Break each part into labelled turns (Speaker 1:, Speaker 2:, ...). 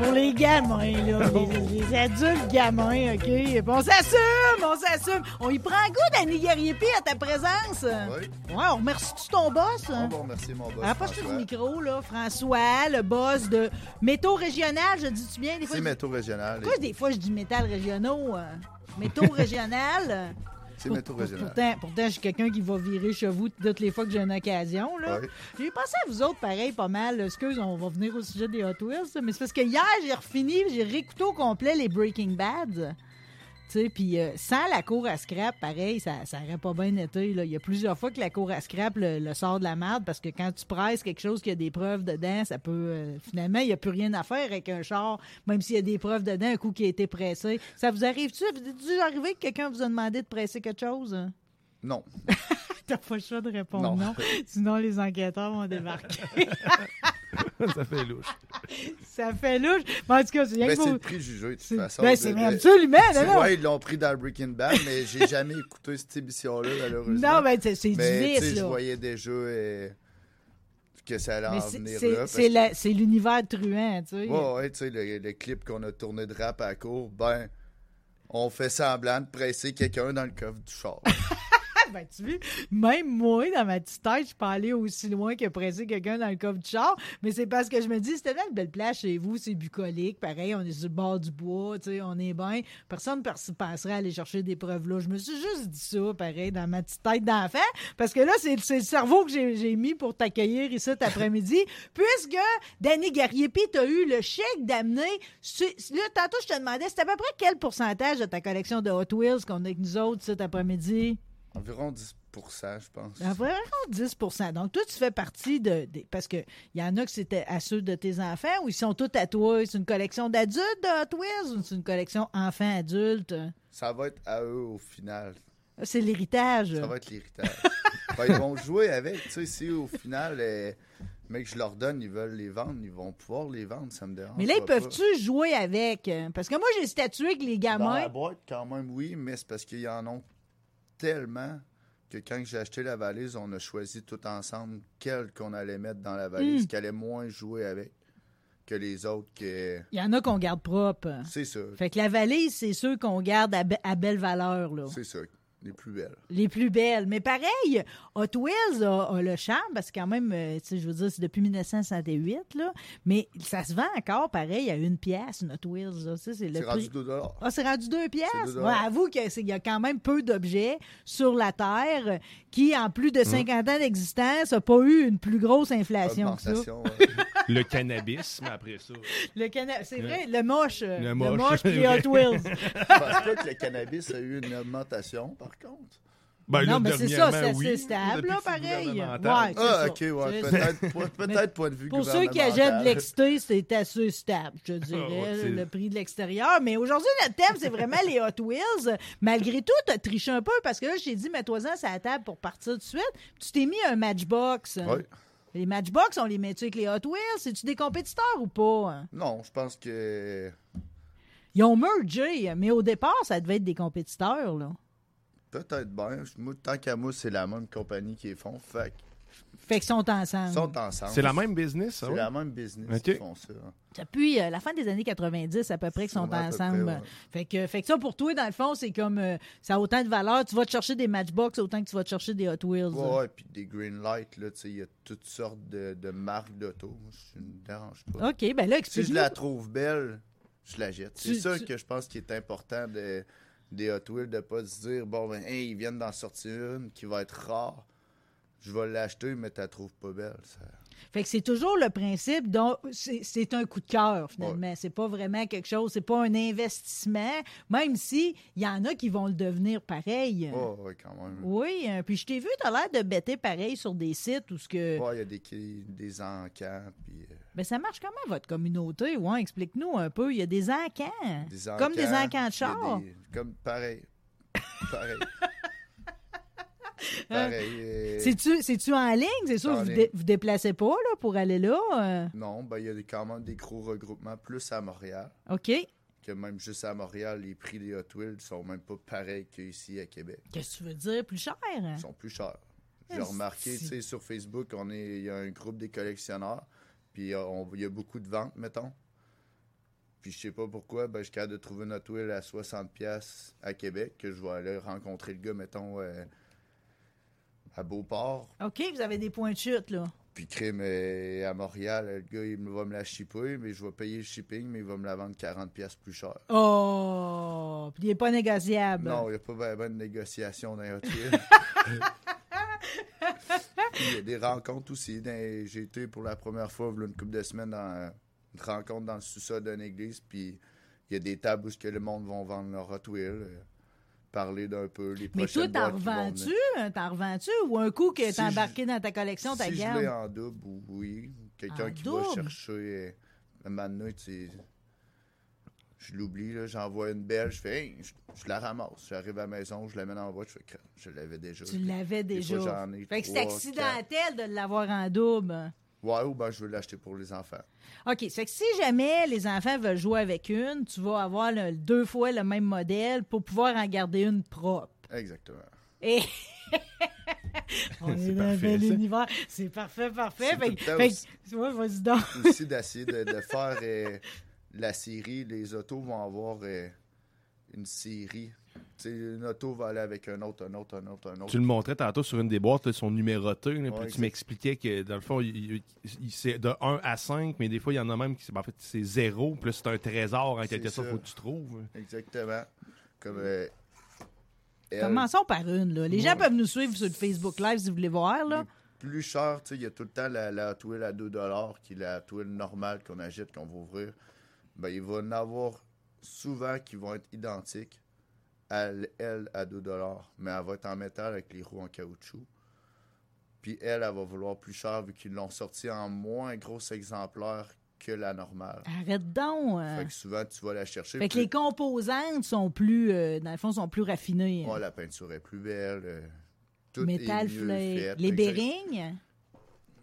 Speaker 1: Pour les gamins, là, les, les adultes gamins, OK? Puis On s'assume, on s'assume. On y prend goût, Annie Guerrier-Pie, à ta présence.
Speaker 2: Oui.
Speaker 1: Ouais, on remercie-tu ton boss?
Speaker 2: On va remercier mon boss.
Speaker 1: Ah, pas sur
Speaker 2: François.
Speaker 1: le micro, là, François, le boss de Métaux Régional, je dis-tu bien? Des fois,
Speaker 2: C'est
Speaker 1: je-
Speaker 2: métaux régional.
Speaker 1: Pourquoi des fois je dis métal régionaux? euh, Métaux régional?
Speaker 2: C'est
Speaker 1: Pour-
Speaker 2: métaux
Speaker 1: pour-
Speaker 2: régional.
Speaker 1: Pourtant, pourtant, je suis quelqu'un qui va virer chez vous toutes les fois que j'ai une occasion. là.
Speaker 2: Ouais.
Speaker 1: J'ai pensé à vous autres, pareil, pas mal. Excuse, on va venir au sujet des Hot Wheels, là, mais c'est parce que hier, j'ai refini, j'ai réécouté au complet les Breaking Bad. Tu sais, puis euh, sans la cour à scrap, pareil, ça, ça aurait pas bien été. là. Il y a plusieurs fois que la cour à scrap le, le sort de la merde parce que quand tu presses quelque chose qui a des preuves dedans, ça peut. euh, finalement, il n'y a plus rien à faire avec un char, même s'il y a des preuves dedans, un coup qui a été pressé. Ça vous arrive-tu? Vous êtes-tu arrivé que quelqu'un vous a demandé de presser quelque chose?
Speaker 2: Non.
Speaker 1: Ben, T'as pas le choix de répondre non.
Speaker 2: Non.
Speaker 1: Sinon, les enquêteurs vont débarquer.
Speaker 3: Ça fait louche.
Speaker 1: ça fait louche. Mais en tout cas, c'est rien que
Speaker 2: Mais Ben, c'est
Speaker 1: vous...
Speaker 2: le préjugé, de toute
Speaker 1: c'est-
Speaker 2: façon.
Speaker 1: Ben,
Speaker 2: de-
Speaker 1: c'est
Speaker 2: de-
Speaker 1: absolument,
Speaker 2: Tu
Speaker 1: non, non.
Speaker 2: vois, ils l'ont pris dans Breaking Bad, mais j'ai jamais écouté cette émission-là, malheureusement.
Speaker 1: Non, ben, c'est c'est du
Speaker 2: mais tu sais,
Speaker 1: vice,
Speaker 2: je
Speaker 1: là.
Speaker 2: voyais déjà euh, que ça allait
Speaker 1: Mais
Speaker 2: en
Speaker 1: c'est-
Speaker 2: venir
Speaker 1: c'est-
Speaker 2: là. parce
Speaker 1: c'est
Speaker 2: que-
Speaker 1: la- c'est l'univers truand, tu sais.
Speaker 2: Ouais, ouais, tu sais, le, le clip qu'on a tourné de rap à court, ben, on fait semblant de presser quelqu'un dans le coffre du char.
Speaker 1: Ben, tu vois, même moi, dans ma petite tête, je peux aller aussi loin que presser quelqu'un dans le coffre du char. Mais c'est parce que je me dis, c'est tellement une belle place chez vous, c'est bucolique. Pareil, on est sur le bord du bois, tu sais, on est bien. Personne ne pers- penserait à aller chercher des preuves là. Je me suis juste dit ça, pareil, dans ma petite tête d'enfant. Parce que là, c'est c'est le cerveau que j'ai j'ai mis pour t'accueillir ici cet après-midi. puisque, Danny Guerrier-Pie, t'as eu le chèque d'amener. su- Là, tantôt, je te demandais, c'est à peu près quel pourcentage de ta collection de Hot Wheels qu'on a avec nous autres cet après-midi?
Speaker 2: Environ 10 je pense.
Speaker 1: Environ 10 Donc, toi, tu fais partie de. des- parce qu'il y en a que c'était à ceux de tes enfants ou ils sont tous à toi. C'est une collection d'adultes de Hot Wheels ou c'est une collection enfants-adultes?
Speaker 2: Ça va être à eux au final.
Speaker 1: C'est l'héritage.
Speaker 2: Ça va être l'héritage. Ben, ils vont jouer avec. Tu sais, si au final, euh, mais que je leur donne, ils veulent les vendre, ils vont pouvoir les vendre, ça me dérange.
Speaker 1: Mais là, ils
Speaker 2: pas.
Speaker 1: peuvent-tu jouer avec? hein? Parce que moi, j'ai statué que les
Speaker 2: Dans
Speaker 1: gamins.
Speaker 2: la boîte, quand même, oui, mais c'est parce qu'ils en ont tellement que quand j'ai acheté la valise, on a choisi tout ensemble quelle qu'on allait mettre dans la
Speaker 1: Hmm.
Speaker 2: valise, qu'elle allait moins jouer avec que les autres. Que...
Speaker 1: Il y en a qu'on garde propre.
Speaker 2: C'est ça.
Speaker 1: Fait que la valise, c'est ceux qu'on garde à, be- à belle valeur. Là.
Speaker 2: C'est ça. Les plus belles.
Speaker 1: Les plus belles. Mais pareil, Hot Wheels a, a le charme parce que quand même, euh, tu sais, je veux dire, c'est depuis 1968, là. Mais ça se vend encore pareil à une pièce, une Hot Wheels. là. Ça, c'est le
Speaker 2: C'est
Speaker 1: prix.
Speaker 2: rendu 2 dollars.
Speaker 1: Ah, c'est rendu deux pièces?
Speaker 2: deux
Speaker 1: Ouais,
Speaker 2: dollars.
Speaker 1: avoue qu'il y a quand même peu d'objets sur la Terre euh, qui, en plus
Speaker 3: Mmh.
Speaker 1: de 50 ans d'existence, n'a pas eu une plus grosse inflation que ça.
Speaker 2: Augmentation, ouais.
Speaker 3: Le cannabis, mais après ça.
Speaker 1: Le cana- C'est vrai, le moche. euh,
Speaker 3: Le
Speaker 1: Le
Speaker 3: moche.
Speaker 1: moche puis Hot Wheels.
Speaker 2: Je pense pas que le cannabis a eu une augmentation, par contre.
Speaker 3: Ben,
Speaker 1: non,
Speaker 3: là,
Speaker 1: mais c'est ça, c'est
Speaker 3: dernièrement,
Speaker 1: assez
Speaker 3: oui,
Speaker 1: stable,
Speaker 3: depuis
Speaker 1: là,
Speaker 3: que c'est
Speaker 1: pareil.
Speaker 3: gouvernemental.
Speaker 1: Ouais. C'est
Speaker 2: Ah,
Speaker 1: ça.
Speaker 2: ok, ouais.
Speaker 1: C'est-
Speaker 2: Peut-être point, peut
Speaker 1: Mais
Speaker 2: point de vue
Speaker 1: Pour ceux qui achètent de
Speaker 2: gouvernemental. Ah,
Speaker 1: l'exté, c'est assez stable, je dirais,
Speaker 3: Ouais, c'est-
Speaker 1: le prix de l'extérieur. Mais aujourd'hui, notre thème, c'est vraiment les Hot Wheels. Malgré tout, tu as triché un peu parce que là, je t'ai dit, mets-toi-en sur la table pour partir tout de suite. Tu t'es mis un matchbox.
Speaker 2: Ouais.
Speaker 1: Les matchbox, on les met avec les Hot Wheels? C'est-tu des compétiteurs ou pas?
Speaker 2: Non, je pense que.
Speaker 1: Ils ont mergé, mais au départ, ça devait être des compétiteurs. Là.
Speaker 2: Peut-être bien. Je- Moi, tant qu'à moi, c'est la même compagnie qui les font. Fait que
Speaker 1: Fait qu'ils sont ensemble.
Speaker 2: Ils sont ensemble.
Speaker 3: C'est la même business, hein? ça?
Speaker 2: C'est
Speaker 3: ouais?
Speaker 2: la même business
Speaker 3: Ok.
Speaker 2: qui font ça. hein.
Speaker 1: Depuis euh, la fin des années 90, à peu près, qu'ils sont
Speaker 2: Ouais, à peu
Speaker 1: ensemble.
Speaker 2: près, ouais.
Speaker 1: fait, que, fait que ça, pour toi, dans le fond, c'est comme. euh, ça a autant de valeur. Tu vas te chercher des Matchbox autant que tu vas te chercher des Hot Wheels.
Speaker 2: Ouais, ouais, puis des green lights, là, tu sais, il y a toutes sortes de, de marques d'auto. Moi, Je ne me dérange pas.
Speaker 1: OK, ben là,
Speaker 2: Si
Speaker 1: explique
Speaker 2: je la trouve belle, je la jette. C'est
Speaker 1: Tu-
Speaker 2: ça
Speaker 1: tu-
Speaker 2: que je pense qui est important de, des Hot Wheels, de pas se dire, bon, ben, hey, ils viennent d'en sortir une qui va être rare. Je vais l'acheter, mais tu la trouves pas belle. Ça.
Speaker 1: Fait que c'est toujours le principe dont c'est c'est un coup de cœur, finalement. C'est pas vraiment quelque chose, c'est pas un investissement, même si il y en a qui vont le devenir pareil.
Speaker 2: Oh, ouais, quand même.
Speaker 1: Oui, hein. puis je t'ai vu, t'as l'air de bêter pareil sur des sites où ce que.
Speaker 2: Ouais, il y a des, qui- des encans, puis euh,
Speaker 1: Mais ça marche comment votre communauté? Ouais, explique-nous un peu. Il y a des encans.
Speaker 2: des
Speaker 1: Comme des encans
Speaker 2: encans,
Speaker 1: de
Speaker 2: il y a
Speaker 1: char.
Speaker 2: des- Comme pareil. Pareil. pareil. euh,
Speaker 1: C'est-tu, c'est-tu en ligne? C'est sûr,
Speaker 2: En
Speaker 1: vous,
Speaker 2: ligne.
Speaker 1: dé- vous déplacez pas là, pour aller là. euh.
Speaker 2: Non, ben, il y a des- quand même des gros regroupements, plus à Montréal.
Speaker 1: OK.
Speaker 2: Que même juste à Montréal, les prix des Hot Wheels sont même pas pareils qu'ici à Québec.
Speaker 1: Qu'est-ce que tu veux dire? Plus cher?
Speaker 2: Ils sont plus chers. J'ai
Speaker 1: Ah,
Speaker 2: remarqué,
Speaker 1: si.
Speaker 2: tu sais, sur Facebook, on est, il y a un groupe des collectionneurs, puis euh, on- il y a beaucoup de ventes, mettons. Puis je sais pas pourquoi, ben, je suis capable de trouver une Hot Wheel à 60$ à Québec, que je vais aller rencontrer le gars, mettons, euh, à Beauport.
Speaker 1: OK, vous avez des points de chute, là.
Speaker 2: Puis crime euh, à Montréal, le gars, il me- va me la shipper, mais je vais payer le shipping, mais il va me la vendre 40$ plus cher.
Speaker 1: Oh! Puis il n'est pas négociable.
Speaker 2: Non, il n'y a pas vraiment de négociation dans les Hot Wheels. Il y a des rencontres aussi. dans- J'ai été pour la première fois, voilà une couple de semaines, dans une rencontre dans le sous-sol d'une église. Puis il y a des tables où ce que le monde vont vendre leur Hot Wheels, euh, parler d'un peu les
Speaker 1: Mais toi,
Speaker 2: prochaines
Speaker 1: t'en
Speaker 2: boîtes qui vont
Speaker 1: revends-tu?
Speaker 2: venir.
Speaker 1: hein? T'en revends-tu? Ou un coup que
Speaker 2: Si
Speaker 1: t'es embarqué dans ta collection, t'as
Speaker 2: Si je l'ai
Speaker 1: garde?
Speaker 2: en double, ou- oui. Quelqu'un
Speaker 1: En
Speaker 2: qui
Speaker 1: double?
Speaker 2: va chercher euh, maintenant, tu sais, je l'oublie, là, j'envoie une belle, je fais, Hey, je, je la ramasse. J'arrive à la maison, je la mets dans le boîte, je fais, Crap, je l'avais déjà.
Speaker 1: Tu l'avais
Speaker 2: Des
Speaker 1: déjà.
Speaker 2: fois, j'en ai
Speaker 1: fait que c'est
Speaker 2: trois,
Speaker 1: accidentel de l'avoir en double.
Speaker 2: Ouais, ou ben je veux l'acheter pour les enfants.
Speaker 1: OK, c'est que si jamais les enfants veulent jouer avec une, tu vas avoir le- deux fois le même modèle pour pouvoir en garder une propre.
Speaker 2: Exactement.
Speaker 1: Et... On est, dans un
Speaker 3: parfait,
Speaker 1: bel
Speaker 3: ça.
Speaker 1: univers. C'est parfait, parfait.
Speaker 2: C'est
Speaker 1: Fait,
Speaker 2: tout le temps
Speaker 1: fait
Speaker 2: aussi-
Speaker 1: que- ouais, vas-y donc.
Speaker 2: Aussi d'essayer de, de faire euh, la série, les autos vont avoir euh, une série. Tu sais, une auto va aller avec un autre, un autre, un autre, un autre.
Speaker 3: Tu le montrais tantôt sur une des boîtes, ils sont numérotés. là, puis tu
Speaker 2: exact.
Speaker 3: m'expliquais que, dans le fond, il- il- il- c'est de 1 à 5, mais des fois, il y en a même qui, ben, en fait, c'est 0, puis là, c'est un trésor, en quelque
Speaker 2: C'est
Speaker 3: sorte,
Speaker 2: ça.
Speaker 3: faut que tu trouves.
Speaker 2: Exactement. Comme euh, elle,
Speaker 1: Commençons par une. Là. Les gens peuvent nous suivre sur le Facebook Live si vous voulez voir. Là.
Speaker 2: les plus cher, tu sais, il y a tout le temps la, la Hot Wheel à 2 qui est la Hot Wheel normale qu'on agite, qu'on va ouvrir. Ben, il va en avoir souvent qui vont être identiques à l- elle à 2 mais elle va être en métal avec les roues en caoutchouc. Puis elle, elle va vouloir plus cher vu qu'ils l'ont sorti en moins gros exemplaire que la normale.
Speaker 1: Arrête donc. hein.
Speaker 2: Fait que souvent, tu vas la chercher.
Speaker 1: Fait que
Speaker 2: puis
Speaker 1: les composantes sont plus, euh, dans le fond, sont plus raffinées. hein.
Speaker 2: ouais, Oh, la peinture est plus belle. euh, tout
Speaker 1: Métal,
Speaker 2: est mieux
Speaker 1: fleur.
Speaker 2: fait,
Speaker 1: Les
Speaker 2: exact-
Speaker 1: bearings?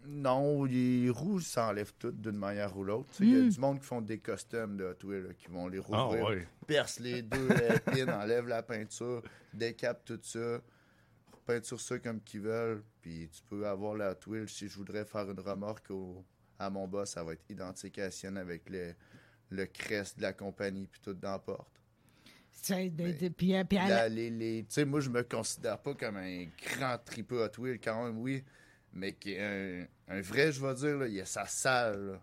Speaker 2: Non, les roues s'enlèvent toutes d'une manière ou l'autre. Il y a du monde qui font des costumes de Hot Wheels, là, qui vont les
Speaker 3: Ah,
Speaker 2: rouvrir,
Speaker 3: ouais.
Speaker 2: percent les deux euh, pins, enlèvent la peinture, décapent tout ça, repeinturent ça comme qu'ils veulent. Puis tu peux avoir la Hot Wheels. Si je voudrais faire une remorque au- à mon boss, ça va être identique à la sienne avec le, le crest de la compagnie, puis tout dans la porte.
Speaker 1: C'est- de- de- Puis à- puis à la-
Speaker 2: Ben, La- les- les- tu sais, moi, je me considère pas comme un grand tripeux Hot Wheels, quand même, oui. Mais qui est un, un vrai, je vais dire, là, il y a sa salle, là,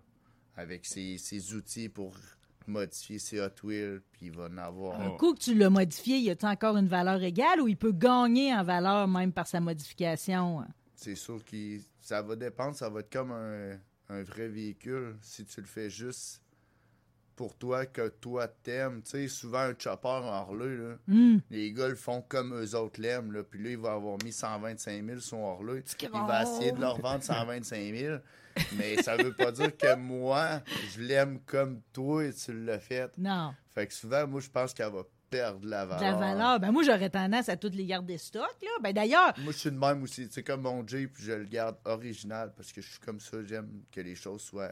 Speaker 2: avec ses, ses outils pour modifier ses Hot Wheels, puis il va en avoir.
Speaker 1: un coup que tu l'as modifié, y a-t-il encore une valeur égale ou il peut gagner en valeur même par sa modification?
Speaker 2: C'est sûr que ça va dépendre, ça va être comme un, un vrai véhicule. Si tu le fais juste pour toi, que toi t'aimes, tu sais, souvent un chopper en Harley, là,
Speaker 1: Hmm.
Speaker 2: les gars le font comme eux autres l'aiment, là, puis là, il va avoir mis 125 000 son Harley, il va essayer de leur vendre 125 000, mais ça veut pas dire que moi, je l'aime comme toi et tu l'as fait.
Speaker 1: Non.
Speaker 2: Fait que souvent, moi, je pense qu'elle va perdre de la
Speaker 1: De
Speaker 2: valeur.
Speaker 1: la valeur. Ben moi, j'aurais tendance à toutes les garder stock. Là. Ben d'ailleurs,
Speaker 2: Moi, je suis de même aussi. C'est comme mon Jeep, je le garde original parce que je suis comme ça. J'aime que les choses soient.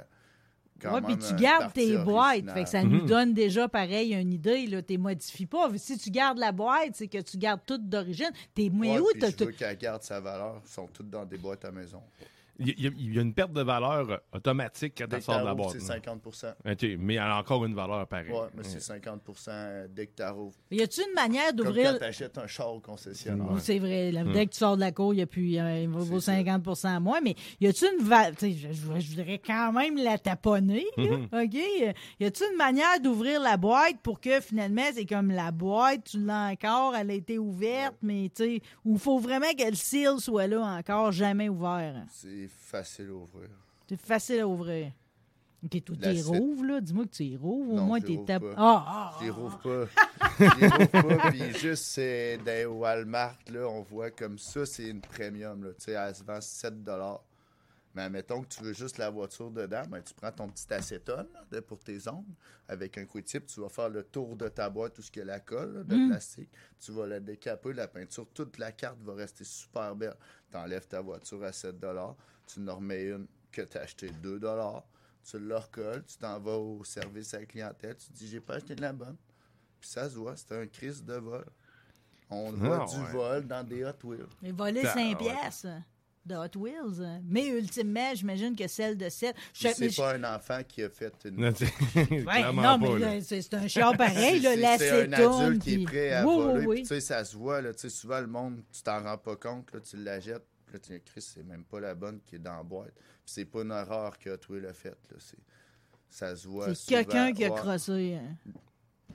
Speaker 2: Quand
Speaker 1: ouais, puis
Speaker 2: même euh,
Speaker 1: tu
Speaker 2: une
Speaker 1: gardes
Speaker 2: partie
Speaker 1: tes boîtes.
Speaker 2: originale.
Speaker 1: Fait que ça nous donne déjà pareil une idée. Là, t'es modifies pas. Si tu gardes la boîte, c'est que tu gardes toutes d'origine. T'es
Speaker 2: Ouais,
Speaker 1: mais où
Speaker 2: puis
Speaker 1: t'as
Speaker 2: je veux
Speaker 1: tout.
Speaker 2: qu'elle garde sa valeur. Ils sont toutes dans des boîtes à maison.
Speaker 3: Il y, a- il y a une perte de valeur automatique quand
Speaker 2: Dès
Speaker 3: elle
Speaker 2: que t'as
Speaker 3: sort de la
Speaker 2: rouvre,
Speaker 3: boîte.
Speaker 2: c'est
Speaker 3: là.
Speaker 2: 50
Speaker 3: OK, mais elle a encore une valeur pareille.
Speaker 2: Ouais, mais c'est
Speaker 3: Ouais.
Speaker 2: 50 dès que tu rouvres.
Speaker 1: Y a-tu une manière
Speaker 2: euh, Comme
Speaker 1: d'ouvrir.
Speaker 2: quand t'achètes un char au concessionnaire.
Speaker 1: Oui, c'est vrai. là, dès que tu sors de la cour, il y a plus, euh, il vaut 50 à moins. Mais y a-tu une. va- tu sais, Je, je, je voudrais quand même la taponner. là, OK? Euh, Y a-tu une manière d'ouvrir la boîte pour que finalement, c'est comme la boîte, tu l'as encore, elle a été ouverte, mais tu sais, où faut vraiment que le seal soit là encore, jamais ouvert.
Speaker 2: C'est facile à ouvrir.
Speaker 1: C'est facile à ouvrir. OK, toi,
Speaker 2: La
Speaker 1: tu les
Speaker 2: suite.
Speaker 1: rouvres, là. Dis-moi que tu les rouvres. Au
Speaker 2: Non,
Speaker 1: moins,
Speaker 2: je les
Speaker 1: t'es
Speaker 2: rouvre
Speaker 1: tap.
Speaker 2: pas.
Speaker 1: Ah, ah,
Speaker 2: Je les rouvre pas. Je les rouvre pas. Puis juste, c'est dans Walmart, là, on voit comme ça, c'est une premium. Là. Tu sais, elle se vend 7 Mais admettons que tu veux juste la voiture dedans, ben, tu prends ton petit acétone là, de- pour tes ongles. Avec un coup de type, tu vas faire le tour de ta boîte, tout ce que la colle là, de plastique. Tu vas la décaper, la peinture. Toute la carte va rester super belle. Tu enlèves ta voiture à 7 Tu en remets une que tu as achetée 2 Tu la recolles. Tu t'en vas au service à la clientèle. Tu dis, j'ai pas acheté de la bonne. Puis ça se voit, c'était un crise de vol. On voit
Speaker 3: Ah,
Speaker 2: du
Speaker 3: ouais.
Speaker 2: vol dans des Hot Wheels.
Speaker 1: Mais voler
Speaker 3: Ben,
Speaker 1: 5
Speaker 3: ouais.
Speaker 1: piastres de Hot Wheels. hein. Mais ultimement, j'imagine que celle de 7.
Speaker 2: Puis C'est pas un enfant qui a fait une.
Speaker 3: Non, tu- clairement
Speaker 1: non,
Speaker 3: pas,
Speaker 1: mais
Speaker 3: là.
Speaker 1: là, c'est c'est un char pareil, là,
Speaker 2: C'est- C'est un
Speaker 1: l'acétone.
Speaker 2: adulte qui
Speaker 1: puis-
Speaker 2: est prêt à
Speaker 1: oui,
Speaker 2: voler.
Speaker 1: oui,
Speaker 2: Puis,
Speaker 1: oui.
Speaker 2: tu sais, ça se voit. Là, tu sais, souvent, le monde, tu t'en rends pas compte. Là, tu la jettes. Puis là, tu dis, Chris, c'est même pas la bonne qui est dans la boîte. Puis c'est pas une horreur que Hot Wheels a faite. là, c'est- Ça se voit.
Speaker 1: C'est quelqu'un qui a
Speaker 2: croisé.
Speaker 1: crossé. hein.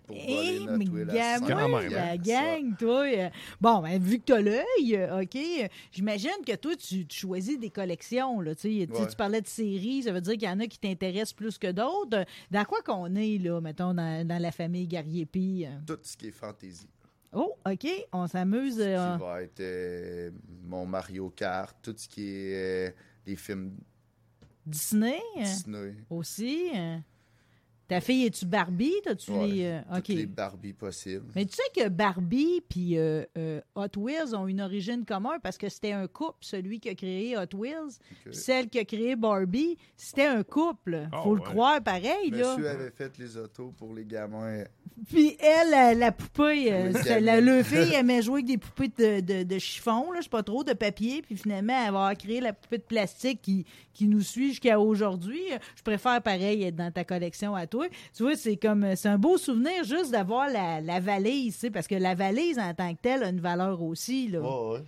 Speaker 2: Pour voler
Speaker 1: Eh,
Speaker 2: notre
Speaker 1: mais
Speaker 2: Wheel à
Speaker 1: gamin,
Speaker 2: cinq
Speaker 3: Quand même,
Speaker 1: la
Speaker 2: piastres.
Speaker 1: gang, toi. euh, Bon, ben, vu que t'as l'œil, euh, OK, euh, j'imagine que toi, tu, tu choisis des collections. Là, tu sais. Tu sais,
Speaker 2: Ouais.
Speaker 1: Tu parlais de séries, ça veut dire qu'il y en a qui t'intéressent plus que d'autres. Euh, Dans quoi qu'on est, là, mettons, dans, dans la famille Gariepi? euh?
Speaker 2: Tout ce qui est fantaisie.
Speaker 1: Oh, OK, on s'amuse.
Speaker 2: qui
Speaker 1: euh,
Speaker 2: va être euh, mon Mario Kart, tout ce qui est euh, les films
Speaker 1: Disney? euh?
Speaker 2: Disney.
Speaker 1: aussi. euh. Ta fille, es-tu Barbie? T'as-tu
Speaker 2: Ouais,
Speaker 1: les. euh,
Speaker 2: toutes
Speaker 1: OK.
Speaker 2: les Barbie possibles.
Speaker 1: Mais tu sais que Barbie puis euh, euh, Hot Wheels ont une origine commune parce que c'était un couple, celui qui a créé Hot Wheels, puis celle qui a créé Barbie, c'était un couple.
Speaker 3: Ah,
Speaker 1: Faut le
Speaker 3: ouais.
Speaker 1: croire pareil là.
Speaker 2: Monsieur avait fait les autos pour les gamins.
Speaker 1: Puis elle, la, la poupée, euh,
Speaker 2: Oui,
Speaker 1: c'est-
Speaker 2: Camille.
Speaker 1: la, le fille aimait jouer avec des poupées de, de, de chiffon, là, je sais pas trop, de papier. Puis finalement, elle va avoir créé la poupée de plastique qui, qui nous suit jusqu'à aujourd'hui. Euh, Je préfère pareil être dans ta collection à toi. Tu vois, c'est comme euh, c'est un beau souvenir juste d'avoir la, la valise, tu sais, parce que la valise en tant que telle a une valeur aussi. Là.
Speaker 2: Ouais,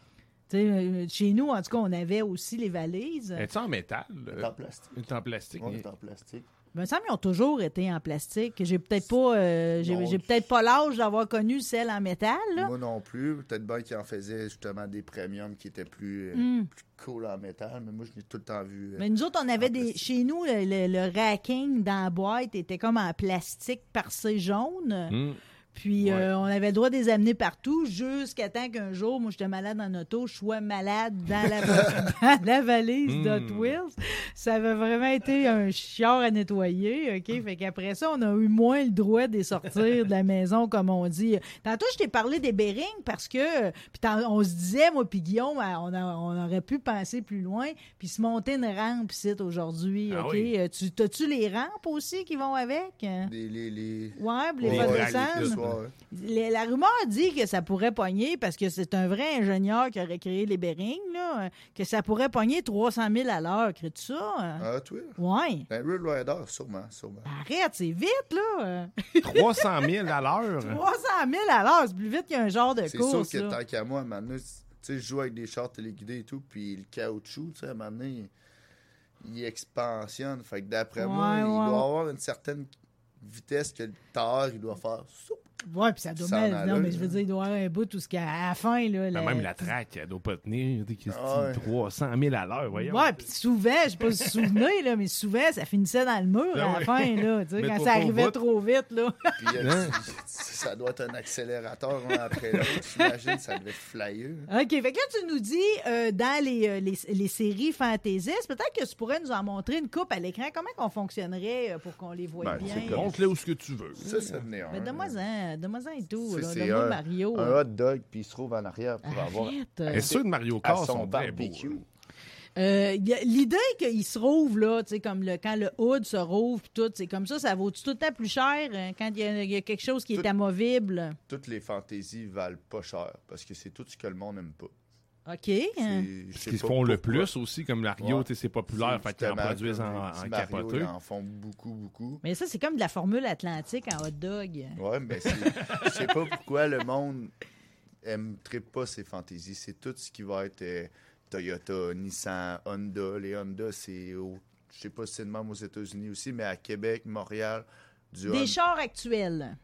Speaker 1: Tu sais, euh, Chez nous, en tout cas, on avait aussi les valises.
Speaker 3: Elle est en métal? là?
Speaker 2: ouais. En plastique.
Speaker 3: Elle est en plastique.
Speaker 2: On
Speaker 3: mais-
Speaker 2: est en plastique.
Speaker 1: Mais ça, ils ont toujours été en plastique. J'ai peut-être pas, euh, j'ai
Speaker 2: Non.
Speaker 1: j'ai peut-être pas l'âge d'avoir connu celle en métal. Là.
Speaker 2: Moi non plus. Peut-être bien qu'il en faisait justement des premiums qui étaient plus, euh, plus cool en métal, mais moi je l'ai tout le temps vu. euh,
Speaker 1: Mm. Mais nous autres, on avait
Speaker 2: en
Speaker 1: des.
Speaker 2: plastique.
Speaker 1: Chez nous, le, le- le racking dans la boîte était comme en plastique parcé jaune.
Speaker 3: Hmm.
Speaker 1: Puis euh, on avait le droit de les amener partout jusqu'à temps qu'un jour, moi j'étais malade en auto, je sois malade dans la, dans la valise
Speaker 3: Hmm.
Speaker 1: d'Hot Wheels. Ça avait vraiment été un chiard à nettoyer, OK? Fait qu'après ça, on a eu moins le droit de les sortir de la maison, comme on dit. Tantôt, je t'ai parlé des Bérings parce que, puis t'en- on se disait, moi puis Guillaume, ah, on, a- on aurait pu penser plus loin, puis se monter une rampe ici aujourd'hui,
Speaker 3: Ah
Speaker 1: OK?
Speaker 3: oui.
Speaker 1: Euh, Tu, T'as-tu les rampes aussi qui vont avec?
Speaker 2: des- les, les...
Speaker 1: Ouais, puis les
Speaker 3: Ouais,
Speaker 1: vols de
Speaker 3: les
Speaker 1: scène.
Speaker 3: raquettes.
Speaker 2: Ouais.
Speaker 1: Le- la rumeur dit que ça pourrait pogner, parce que c'est un vrai ingénieur qui aurait créé les Bering, là, euh, que ça pourrait pogner 300 000 à l'heure. Crées-tu ça? euh?
Speaker 2: Ah, toi?
Speaker 1: Oui.
Speaker 2: Ben, Road Rider, sûrement, sûrement.
Speaker 1: Arrête, c'est vite, là.
Speaker 3: 300 000 à l'heure?
Speaker 1: 300 000 à l'heure, c'est plus vite qu'un genre de
Speaker 2: C'est sûr
Speaker 1: course.
Speaker 2: que
Speaker 1: là.
Speaker 2: tant qu'à moi, à un moment donné, tu sais, je joue avec des chars téléguidés et tout, puis le caoutchouc, tu sais, à un moment donné, il, il expansionne. Fait que d'après moi,
Speaker 1: Ouais,
Speaker 2: il
Speaker 1: ouais,
Speaker 2: doit
Speaker 1: ouais.
Speaker 2: avoir une certaine vitesse que le tard, il doit faire. Soup!
Speaker 1: Ouais, puis ça doit
Speaker 2: Ça en
Speaker 1: mal-
Speaker 2: a
Speaker 1: Non,
Speaker 2: l'air,
Speaker 1: mais je veux
Speaker 2: hein.
Speaker 1: dire, il doit y avoir un bout tout ce qu'à à la fin, là. la-
Speaker 3: Ben, Même la traque, elle doit pas tenir. Qu'est-ce que
Speaker 2: Ah ouais.
Speaker 3: tu dis, 300 000 à l'heure, voyons.
Speaker 1: Ouais, puis souvent, je sais pas si vous vous souvenez, là, mais souvent, ça finissait dans le mur à la
Speaker 3: ouais.
Speaker 1: fin, là. Tu sais,
Speaker 3: Ben Mais
Speaker 1: quand ça
Speaker 3: trop tôt,
Speaker 1: arrivait
Speaker 3: vote.
Speaker 1: trop vite, là.
Speaker 2: Puis il y
Speaker 3: Hein?
Speaker 2: a- ça doit être un accélérateur un après l'autre. J'imagine ça devait flyer.
Speaker 1: OK. Fait que là, tu nous dis, euh, dans les, euh, les, les séries fantaisistes, peut-être que tu pourrais nous en montrer une coupe à l'écran. Comment qu'on fonctionnerait euh, pour qu'on les voie
Speaker 2: Ben,
Speaker 1: bien?
Speaker 2: c'est comme-
Speaker 3: Montre-le où ce que tu veux.
Speaker 2: Ça, ça venait un.
Speaker 1: Ben, donne-moi-en, donne-moi-en et tout.
Speaker 2: Tu sais,
Speaker 1: là.
Speaker 2: c'est
Speaker 1: Donne-moi
Speaker 2: un,
Speaker 1: Mario. Euh,
Speaker 2: un hot dog, puis il se trouve en arrière pour avoir
Speaker 1: Arrête.
Speaker 3: Et ceux de Mario
Speaker 2: à
Speaker 3: Kart
Speaker 2: son
Speaker 3: sont très beaux. hein.
Speaker 2: barbecue.
Speaker 1: Euh, y a- L'idée qu'il se rouvre, là, tu sais, comme le, quand le hood se rouvre, pis tout, c'est comme ça, ça vaut tout le temps plus cher hein, quand il y, a- il y a quelque chose qui est
Speaker 2: Tout-
Speaker 1: amovible.
Speaker 2: Toutes les fantaisies valent pas cher parce que c'est tout ce que le monde n'aime pas.
Speaker 1: OK. hein.
Speaker 2: C'est- je
Speaker 3: Ce
Speaker 2: sais
Speaker 3: qu'ils
Speaker 2: pas
Speaker 3: font le
Speaker 2: pourquoi.
Speaker 3: plus aussi, comme la Rio,
Speaker 2: Ouais.
Speaker 3: tu sais, c'est populaire, fait qu'ils en
Speaker 2: Justement,
Speaker 3: produisent
Speaker 2: comme
Speaker 3: en,
Speaker 2: les petits
Speaker 3: en
Speaker 2: Mario,
Speaker 3: capoteux.
Speaker 2: Ils en font beaucoup, beaucoup.
Speaker 1: Mais ça, c'est comme de la formule atlantique en hot dog.
Speaker 2: Ouais, mais c'est- je sais pas pourquoi le monde aime très pas ces fantaisies. C'est tout ce qui va être euh, Toyota, Nissan, Honda. Les Honda, c'est au, je sais pas si c'est de même aux États-Unis aussi, mais à Québec, Montréal, du Honda-
Speaker 1: Des chars actuels.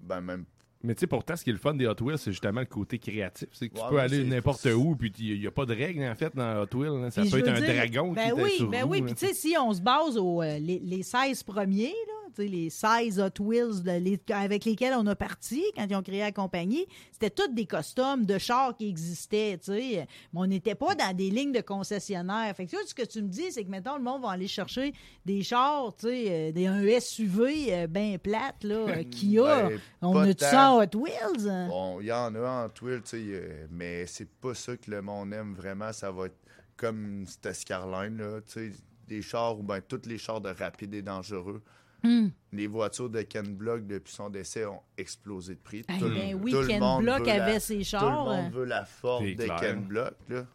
Speaker 2: ben même
Speaker 3: Mais tu sais, pourtant, ce qui est le fun des Hot Wheels, c'est justement le côté créatif. C'est que tu
Speaker 2: Ouais,
Speaker 3: peux
Speaker 2: mais
Speaker 3: aller
Speaker 2: c'est-
Speaker 3: n'importe où, puis il n'y a pas de règles, en fait, dans Hot Wheels. hein. Ça
Speaker 1: Puis
Speaker 3: peut
Speaker 1: je
Speaker 3: être un
Speaker 1: veux dire,
Speaker 3: dragon
Speaker 1: ben
Speaker 3: qui est
Speaker 1: oui,
Speaker 3: sur
Speaker 1: ben
Speaker 3: roue,
Speaker 1: oui.
Speaker 3: hein.
Speaker 1: Puis tu sais, si on se base aux euh, les, les 16 premiers, là, tu sais, les 16 Hot Wheels de- les- avec lesquels on a parti quand ils ont créé la compagnie, c'était toutes des costumes de chars qui existaient, tu sais. Mais on n'était pas dans des lignes de concessionnaires. Fait que tu vois, ce que tu me dis, c'est que maintenant le monde va aller chercher des chars, tu sais, euh, des, un SUV euh, ben plate, là, euh, Kia.
Speaker 2: Ben,
Speaker 1: on
Speaker 2: pas
Speaker 1: a tout
Speaker 2: tant.
Speaker 1: ça en Hot Wheels? hein?
Speaker 2: Bon, il y en a en Twill, tu sais, euh, mais c'est pas ça que le monde aime vraiment. Ça va être comme cette escarline, là, tu sais, des chars ou bien tous les chars de rapide et dangereux.
Speaker 1: Hmm.
Speaker 2: Les voitures de Ken Block, depuis son décès, ont explosé de prix.
Speaker 1: Eh
Speaker 2: Tout-
Speaker 1: ben oui,
Speaker 2: tout le
Speaker 1: Ken
Speaker 2: monde
Speaker 1: Block
Speaker 2: veut la-
Speaker 1: avait ses
Speaker 2: Tout
Speaker 1: chars,
Speaker 2: le
Speaker 1: hein.
Speaker 2: monde veut la Ford
Speaker 3: C'est
Speaker 2: de
Speaker 3: clair.
Speaker 2: Ken Block, là.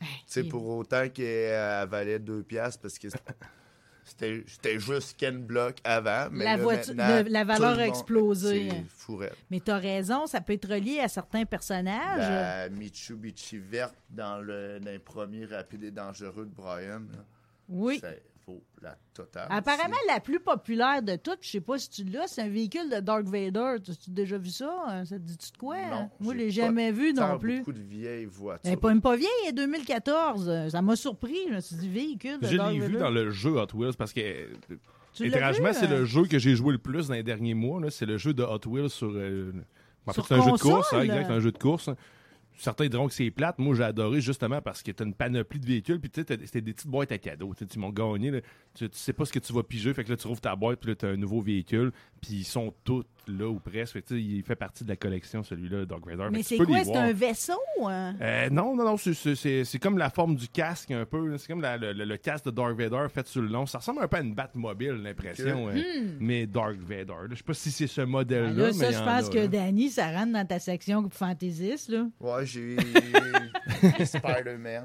Speaker 1: Ben,
Speaker 2: Tu sais, pour autant qu'elle valait deux piastres, parce que c'était c'était juste Ken Block avant. Mais
Speaker 1: La
Speaker 2: là,
Speaker 1: voiture-
Speaker 2: maintenant,
Speaker 1: le- la
Speaker 2: tout
Speaker 1: valeur
Speaker 2: le
Speaker 1: a
Speaker 2: monde-
Speaker 1: explosé.
Speaker 2: C'est fourette.
Speaker 1: Mais t'as raison, ça peut être relié à certains personnages.
Speaker 2: La Mitsubishi verte dans le, dans les premiers Rapide et Dangereux de Brian. là.
Speaker 1: oui.
Speaker 2: C'est faux, la totale.
Speaker 1: Ah, Apparemment, la plus populaire de toutes, je sais pas si tu l'as, c'est un véhicule de Dark Vader. Tu as déjà vu ça? hein? Ça te dit-tu de quoi?
Speaker 2: C'est-
Speaker 1: hein?
Speaker 2: non,
Speaker 1: Moi, je
Speaker 2: j'ai
Speaker 1: l'ai
Speaker 2: pas
Speaker 1: jamais vu
Speaker 2: tant
Speaker 1: non plus.
Speaker 2: beaucoup de vieilles
Speaker 1: Elle
Speaker 2: voitures.
Speaker 1: est pas, même pas vieille, elle est 2014. Euh, Ça m'a surpris. Je me suis dit, véhicule de
Speaker 3: Je
Speaker 1: Dark
Speaker 3: l'ai vu
Speaker 1: Vader.
Speaker 3: dans le jeu Hot Wheels parce que, euh,
Speaker 1: Tu l'as
Speaker 3: étrangement,
Speaker 1: vu,
Speaker 3: c'est
Speaker 1: hein?
Speaker 3: le jeu que j'ai joué le plus dans les derniers mois. là. C'est le jeu de Hot Wheels sur. euh, en fait,
Speaker 1: Sur
Speaker 3: c'est un jeu de
Speaker 1: console.
Speaker 3: course, hein, exact, c'est un jeu de course. hein. Certains diront que c'est plate. Moi, j'ai adoré justement parce que t'as une panoplie de véhicules. Puis, tu sais, t'as- c'était des petites boîtes à cadeaux. Tu sais, tu m'as gagné. là. Tu, tu sais pas ce que tu vas piger. Fait que là, tu ouvres ta boîte. Puis là, t'as un nouveau véhicule. Puis, ils sont tous là ou presque. Fait que, tu sais, il fait partie de la collection, celui-là, Dark Vader. Fait
Speaker 1: Mais
Speaker 3: que tu
Speaker 1: c'est
Speaker 3: peux les
Speaker 1: quoi? C'est
Speaker 3: voir.
Speaker 1: un vaisseau? hein?
Speaker 3: Euh, non, non, non, c'est- c'est- c'est c'est comme la forme du casque un peu. là. C'est comme la- le, le- le casque de Dark Vader fait sur le long. Ça ressemble un peu à une Batmobile, l'impression. hein. Mais Dark Vader. là. Je sais pas si c'est ce
Speaker 1: Hmm. Ah,
Speaker 3: modèle-là.
Speaker 1: Là,
Speaker 3: mais
Speaker 1: ça,
Speaker 3: il
Speaker 1: je
Speaker 3: y en
Speaker 1: pense
Speaker 3: a,
Speaker 1: que
Speaker 3: là.
Speaker 1: Danny, ça rentre dans ta section fantaisiste. Là.
Speaker 2: Ouais, j'ai les Spider-Man,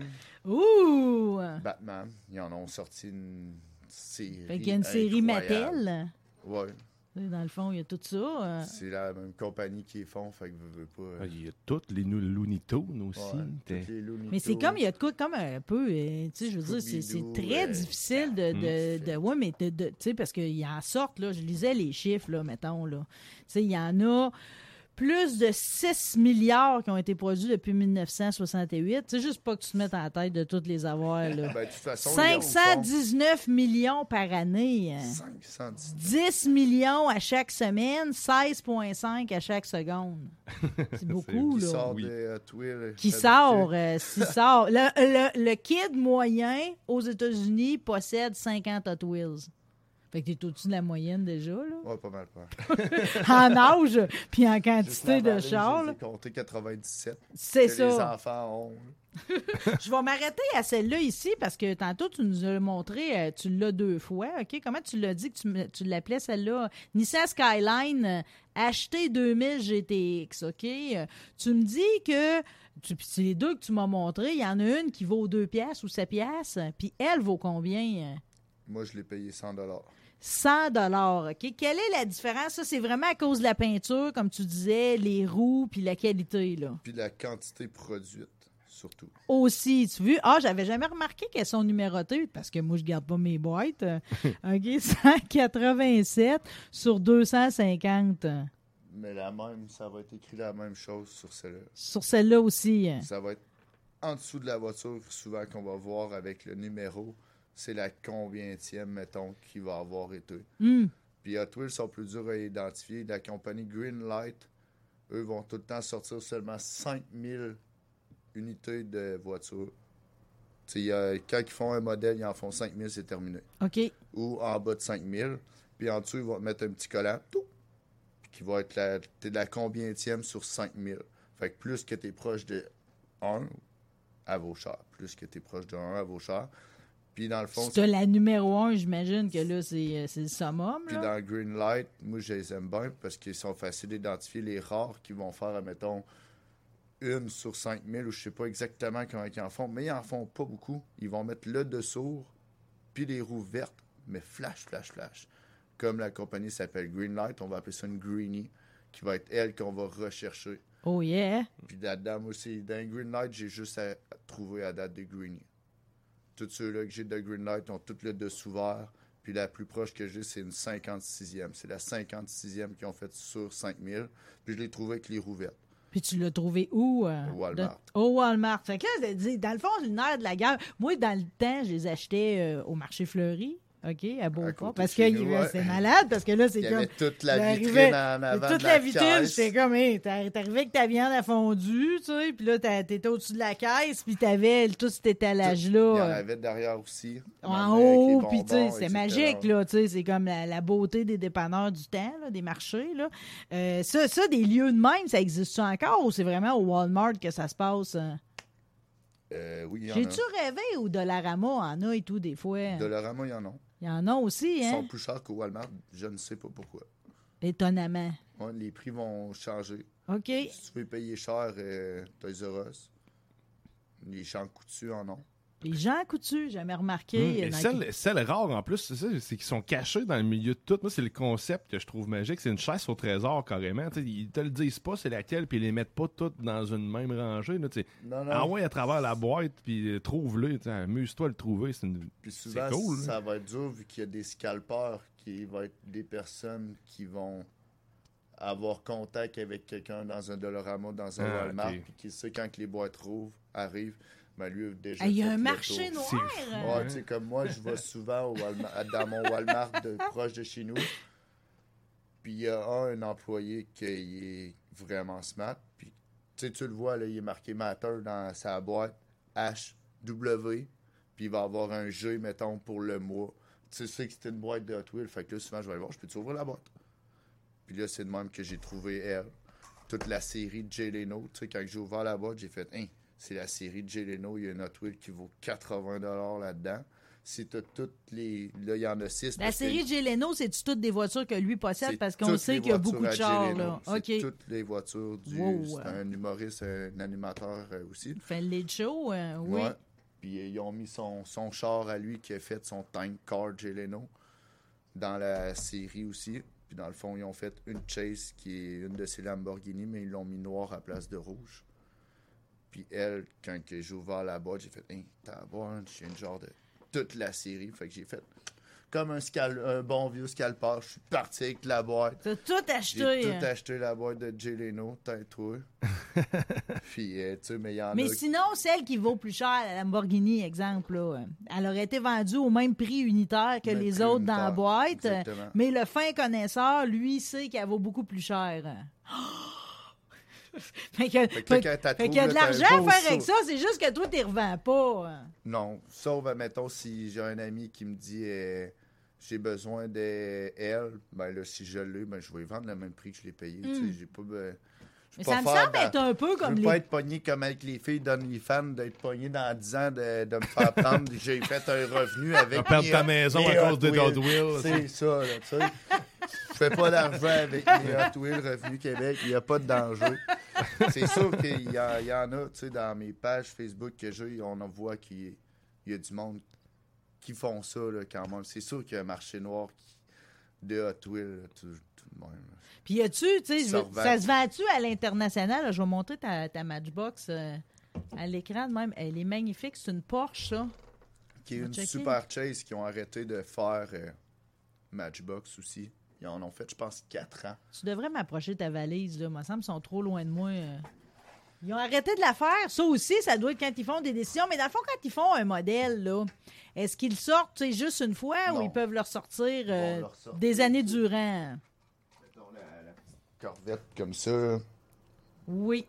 Speaker 1: Ouh!
Speaker 2: Batman. Ils en ont sorti une série.
Speaker 1: Fait qu'il y a une série
Speaker 2: incroyable.
Speaker 1: Mattel.
Speaker 2: Ouais.
Speaker 1: Dans le fond, il y a tout ça. euh.
Speaker 2: C'est la même compagnie qui les font, fait que vous veux pas. euh,
Speaker 3: Il y a toutes les nou- Looney Tunes aussi.
Speaker 2: ouais,
Speaker 3: Ah, T'es-
Speaker 2: toutes les Looney
Speaker 1: Mais c'est
Speaker 2: Tunes.
Speaker 1: comme, il y a de quoi, comme un peu, euh, tu sais, je veux dire, c'est- c'est
Speaker 2: Scooby-Doo,
Speaker 1: très
Speaker 2: euh,
Speaker 1: difficile de, de,
Speaker 2: Mm.
Speaker 1: de- ouais, mais de, de- tu sais, parce qu'il en sort, là, je lisais les chiffres, là, mettons, là. Tu sais, il y en a plus de 6 milliards qui ont été produits depuis 1968. C'est juste pas que tu te mettes en tête de toutes les avoir, là.
Speaker 2: Ben, de toute façon, ils en font
Speaker 1: 519 millions par année. hein.
Speaker 2: 510.
Speaker 1: 10 millions à chaque semaine, 16,5 à chaque seconde. C'est beaucoup,
Speaker 2: Qui
Speaker 1: là
Speaker 2: sort
Speaker 3: Oui.
Speaker 2: de Hot Wheels.
Speaker 1: qui
Speaker 2: Fabriqué.
Speaker 1: sort, euh, s'il sort. Le, le- le kid moyen aux États-Unis possède 50 Hot Wheels. Fait que t'es au-dessus de la moyenne déjà, là.
Speaker 2: Ouais, pas mal, pas mal.
Speaker 1: En âge, puis en
Speaker 2: Juste
Speaker 1: quantité
Speaker 2: l'avant,
Speaker 1: de
Speaker 2: j'ai-
Speaker 1: chars. là.
Speaker 2: J'ai compté 97.
Speaker 1: C'est
Speaker 2: que Les
Speaker 1: ça.
Speaker 2: enfants ont.
Speaker 1: Je vais m'arrêter à celle-là ici parce que tantôt, tu nous as montré, euh, tu l'as deux fois, OK? Comment tu l'as dit que tu, me- tu l'appelais celle-là? Nissan Skyline euh, HT2000 GTX, OK? Euh, Tu me dis que, tu, puis c'est les deux que tu m'as montré, il y en a une qui vaut deux piastres ou sept piastres, puis elle vaut combien? euh?
Speaker 2: Moi, je l'ai payé 100
Speaker 1: 100 dollars, OK? Quelle est la différence? Ça, c'est vraiment à cause de la peinture, comme tu disais, les roues, puis la qualité, là.
Speaker 2: Puis la quantité produite, surtout.
Speaker 1: aussi. Tu veux? Ah, j'avais jamais remarqué qu'elles sont numérotées parce que moi, je garde pas mes boîtes. Euh, OK, 187 sur 250. euh,
Speaker 2: Mais la même, ça va être écrit la même chose sur celle-là.
Speaker 1: Sur celle-là aussi. euh.
Speaker 2: Ça va être en dessous de la voiture, souvent qu'on va voir avec le numéro. C'est la combientième, mettons, qui va avoir été.
Speaker 1: Hmm.
Speaker 2: Puis Hot Wheels sont plus durs à identifier. La compagnie Greenlight, eux vont tout le temps sortir seulement 5000 unités de voitures. Tu sais, il y a- quand ils font un modèle, ils en font 5000, c'est terminé.
Speaker 1: OK.
Speaker 2: Ou en bas de 5000. Puis en dessous, ils vont te mettre un petit collant. Tout. Puis qui va être la, t'es de la combientième sur 5000. Fait que plus que t'es proche de 1, à vos chars. Plus que t'es proche de 1, à vos chars. Puis dans le fond,
Speaker 1: Si t'as la numéro 1, j'imagine que là, c'est euh, c'est le summum.
Speaker 2: puis
Speaker 1: Là.
Speaker 2: dans Greenlight, moi, je les aime bien parce qu'ils sont faciles d'identifier les rares qui vont faire, mettons, une sur 5000 ou je sais pas exactement comment ils en font, mais ils en font pas beaucoup. Ils vont mettre le dessous puis les roues vertes, mais flash, flash, flash. Comme la compagnie s'appelle Greenlight, on va appeler ça une Greenie, qui va être elle qu'on va rechercher.
Speaker 1: Oh yeah.
Speaker 2: Puis là-dedans, moi aussi, dans Greenlight, j'ai juste à trouver à date de Greenie. Tous ceux-là que j'ai de Greenlight ont tout le dessous vert. Puis la plus proche que j'ai, c'est une 56e. C'est la 56e qu'ils ont faite sur 5000. Puis je l'ai trouvé avec les roues vertes.
Speaker 1: Puis tu l'as trouvé où? euh,
Speaker 2: Au Walmart.
Speaker 1: de- Au Walmart. Fait que là, c'est- c'est- dans le fond, c'est nerf de la guerre. Moi, dans le temps, je les achetais euh, au marché fleuri. OK, à Beauport.
Speaker 2: côté
Speaker 1: Parce
Speaker 2: de
Speaker 1: que
Speaker 2: chez
Speaker 1: il-
Speaker 2: nous, ouais.
Speaker 1: c'est malade, parce que là, c'est
Speaker 2: Il y
Speaker 1: comme.
Speaker 2: avait toute la
Speaker 1: j'arrivais-
Speaker 2: vitrine en avant
Speaker 1: Toute
Speaker 2: de
Speaker 1: la
Speaker 2: la
Speaker 1: vitrine,
Speaker 2: caisse.
Speaker 1: j'étais comme, hey, t'ar- t'arrivais avec ta viande à fondue, tu sais, puis là, t'as- t'étais au-dessus de la caisse, puis t'avais tout cet étalage-là.
Speaker 2: Il y en
Speaker 1: euh,
Speaker 2: avait derrière aussi.
Speaker 1: en
Speaker 2: Avec les
Speaker 1: haut,
Speaker 2: bonbons,
Speaker 1: puis tu sais, c'est
Speaker 2: etc.
Speaker 1: magique, là, tu sais, c'est comme la, la beauté des dépanneurs du temps, là, des marchés, là. Euh, ça, ça, des lieux de même, ça existe encore ou c'est vraiment au Walmart que ça se passe? hein?
Speaker 2: Euh, oui, il y en
Speaker 1: J'ai-tu
Speaker 2: a.
Speaker 1: rêvé ou Dollarama en a et tout, des fois? hein?
Speaker 2: Dollarama, il y en a.
Speaker 1: Il y en a aussi,
Speaker 2: Ils
Speaker 1: hein?
Speaker 2: sont plus chers qu'au Walmart. Je ne sais pas pourquoi.
Speaker 1: Étonnamment.
Speaker 2: Ouais, les prix vont changer.
Speaker 1: OK.
Speaker 2: Si tu veux payer cher, euh, Toys R Us. Les champs coutus en ont.
Speaker 1: Les gens coutus, jamais remarqué.
Speaker 3: Hum, Et
Speaker 1: dans-
Speaker 3: celle, celle rare en plus, c'est ça, c'est qu'ils sont cachés dans le milieu de tout. Moi, c'est le concept que je trouve magique. C'est une chasse au trésor carrément. Tu sais, ils te le disent pas, c'est laquelle, puis ils les mettent pas toutes dans une même rangée. Là, tu sais.
Speaker 2: Non, non.
Speaker 3: Ah ouais, à travers la boîte, puis euh, trouve-le. tu sais, Amuse-toi à le trouver. C'est une...
Speaker 2: Puis
Speaker 3: c'est
Speaker 2: souvent,
Speaker 3: cool. là.
Speaker 2: ça va être dur vu qu'il y a des scalpeurs qui vont être des personnes qui vont avoir contact avec quelqu'un dans un Dollarama, dans un
Speaker 3: Ah,
Speaker 2: Walmart,
Speaker 3: ok.
Speaker 2: puis qui sait quand que les boîtes rouvrent, arrivent, ben lui a déjà.
Speaker 1: Ah, il y a
Speaker 2: fait
Speaker 1: un
Speaker 2: le
Speaker 1: marché
Speaker 2: tour.
Speaker 1: noir!
Speaker 3: C'est
Speaker 1: hein?
Speaker 2: Ouais, tu sais, comme moi, je vais souvent au Walmart- dans mon Walmart de, proche de chez nous. Puis il y a un, un employé qui est vraiment smart. Puis tu sais, tu le vois, là, il est marqué Matter dans sa boîte, HW. Puis il va avoir un G, mettons, pour le mois. Tu sais que c'était une boîte de Hot Wheels. Fait que là, souvent, je vais aller voir, je peux-tu ouvrir la boîte? Puis là, c'est de même que j'ai trouvé elle. Toute la série de Jay Leno. Tu sais, quand j'ai ouvert la boîte, j'ai fait, hein, c'est la série de Jay Leno. Il y a une Hot Wheel qui vaut 80 là-dedans. Si t'as toutes les. Là, il y en a six.
Speaker 1: La
Speaker 2: parce que
Speaker 1: série de Geleno, c'est-tu toutes des voitures que lui
Speaker 2: c'est
Speaker 1: possède? Parce qu'on
Speaker 2: toutes
Speaker 1: sait
Speaker 2: les
Speaker 1: qu'il y a
Speaker 2: voitures
Speaker 1: beaucoup de
Speaker 2: à
Speaker 1: chars,
Speaker 2: Jay
Speaker 1: là.
Speaker 2: Leno.
Speaker 1: OK.
Speaker 2: C'est toutes les voitures du.
Speaker 1: Wow.
Speaker 2: C'est un humoriste, un animateur euh, aussi.
Speaker 1: Fait le lead show, euh, oui.
Speaker 2: Ouais. Puis euh, ils ont mis son, son char à lui qui a fait son tank car Jay Leno dans la série aussi. Puis dans le fond, ils ont fait une chase qui est une de ses Lamborghini, mais ils l'ont mis noir à place de rouge. Puis elle, quand que j'ai ouvert la boîte, j'ai fait Hein, tabarne, je suis une genre de toute la série. Fait que j'ai fait comme un, scal- un bon vieux scalper. Je suis parti avec la boîte.
Speaker 1: T'as tout
Speaker 2: J'ai
Speaker 1: acheté. hein.
Speaker 2: tout acheté la boîte de Jay Leno, tais-toi. Puis, euh, tu sais, mais il y en
Speaker 1: Mais
Speaker 2: a
Speaker 1: sinon, celle qui vaut plus cher, la Lamborghini, exemple, là, euh, elle aurait été vendue au même prix unitaire que
Speaker 2: Même
Speaker 1: les
Speaker 2: prix
Speaker 1: autres dans la
Speaker 2: unitaire,
Speaker 1: boîte. euh,
Speaker 2: exactement.
Speaker 1: Mais le fin connaisseur, lui, sait qu'elle vaut beaucoup plus cher. fait que-
Speaker 2: que là,
Speaker 1: fait-
Speaker 2: quand t'as
Speaker 1: fait
Speaker 2: trouvé,
Speaker 1: qu'il y a de
Speaker 2: là, t'as un
Speaker 1: l'argent à
Speaker 2: beau
Speaker 1: faire avec
Speaker 2: saut.
Speaker 1: ça, c'est juste que toi, t'y revends pas. hein.
Speaker 2: Non, sauf, admettons, si j'ai un ami qui me dit euh, j'ai besoin de elle, ben là, si je l'ai, ben je vais lui vendre le même prix que je l'ai payé. tu sais, j'ai pas. ben, je
Speaker 1: Hmm. Mais
Speaker 2: peux
Speaker 1: ça me
Speaker 2: pas faire
Speaker 1: semble être un peu comme
Speaker 2: Je veux
Speaker 1: les-
Speaker 2: pas être pogné comme avec les filles d'OnlyFans, d'être pogné dans 10 ans, de, de me faire prendre. j'ai fait un revenu avec.
Speaker 3: perdre
Speaker 2: mes-
Speaker 3: ta maison
Speaker 2: mes
Speaker 3: à cause
Speaker 2: Hot
Speaker 3: des Hot Wheels.
Speaker 2: Wheels. C'est ça, là, tu sais. Je fais pas d'argent avec les Hot Wheels Revenu Québec. Il n'y a pas de danger. C'est sûr qu'il y, a- il y en a, tu sais, dans mes pages Facebook que j'ai, on en voit qu'il y a du monde qui font ça, là, quand même. C'est sûr qu'il y a un marché noir qui- de Hot Wheels, là, tout, tout le monde. là.
Speaker 1: Puis y a-tu, tu sais, je-
Speaker 2: Ça revend.
Speaker 1: ça se vend-tu à l'international? là? Je vais montrer ta, ta Matchbox euh, à l'écran de même. Elle est magnifique, c'est une Porsche, ça.
Speaker 2: qui est
Speaker 1: Va
Speaker 2: une
Speaker 1: checker.
Speaker 2: super chase qu'ils ont arrêté de faire euh, Matchbox aussi. Ils en ont fait, je pense, 4 ans.
Speaker 1: Tu devrais m'approcher de ta valise, là. Moi, semble qu'ils sont trop loin de moi. euh. Ils ont arrêté de la faire. Ça aussi, ça doit être quand ils font des décisions. Mais dans le fond, quand ils font un modèle, là, est-ce qu'ils le sortent tu sais, juste une fois ou
Speaker 2: Non.
Speaker 1: ils peuvent le ressortir euh,
Speaker 2: le ressortir.
Speaker 1: des années durant?
Speaker 2: Corvette comme ça.
Speaker 1: Oui.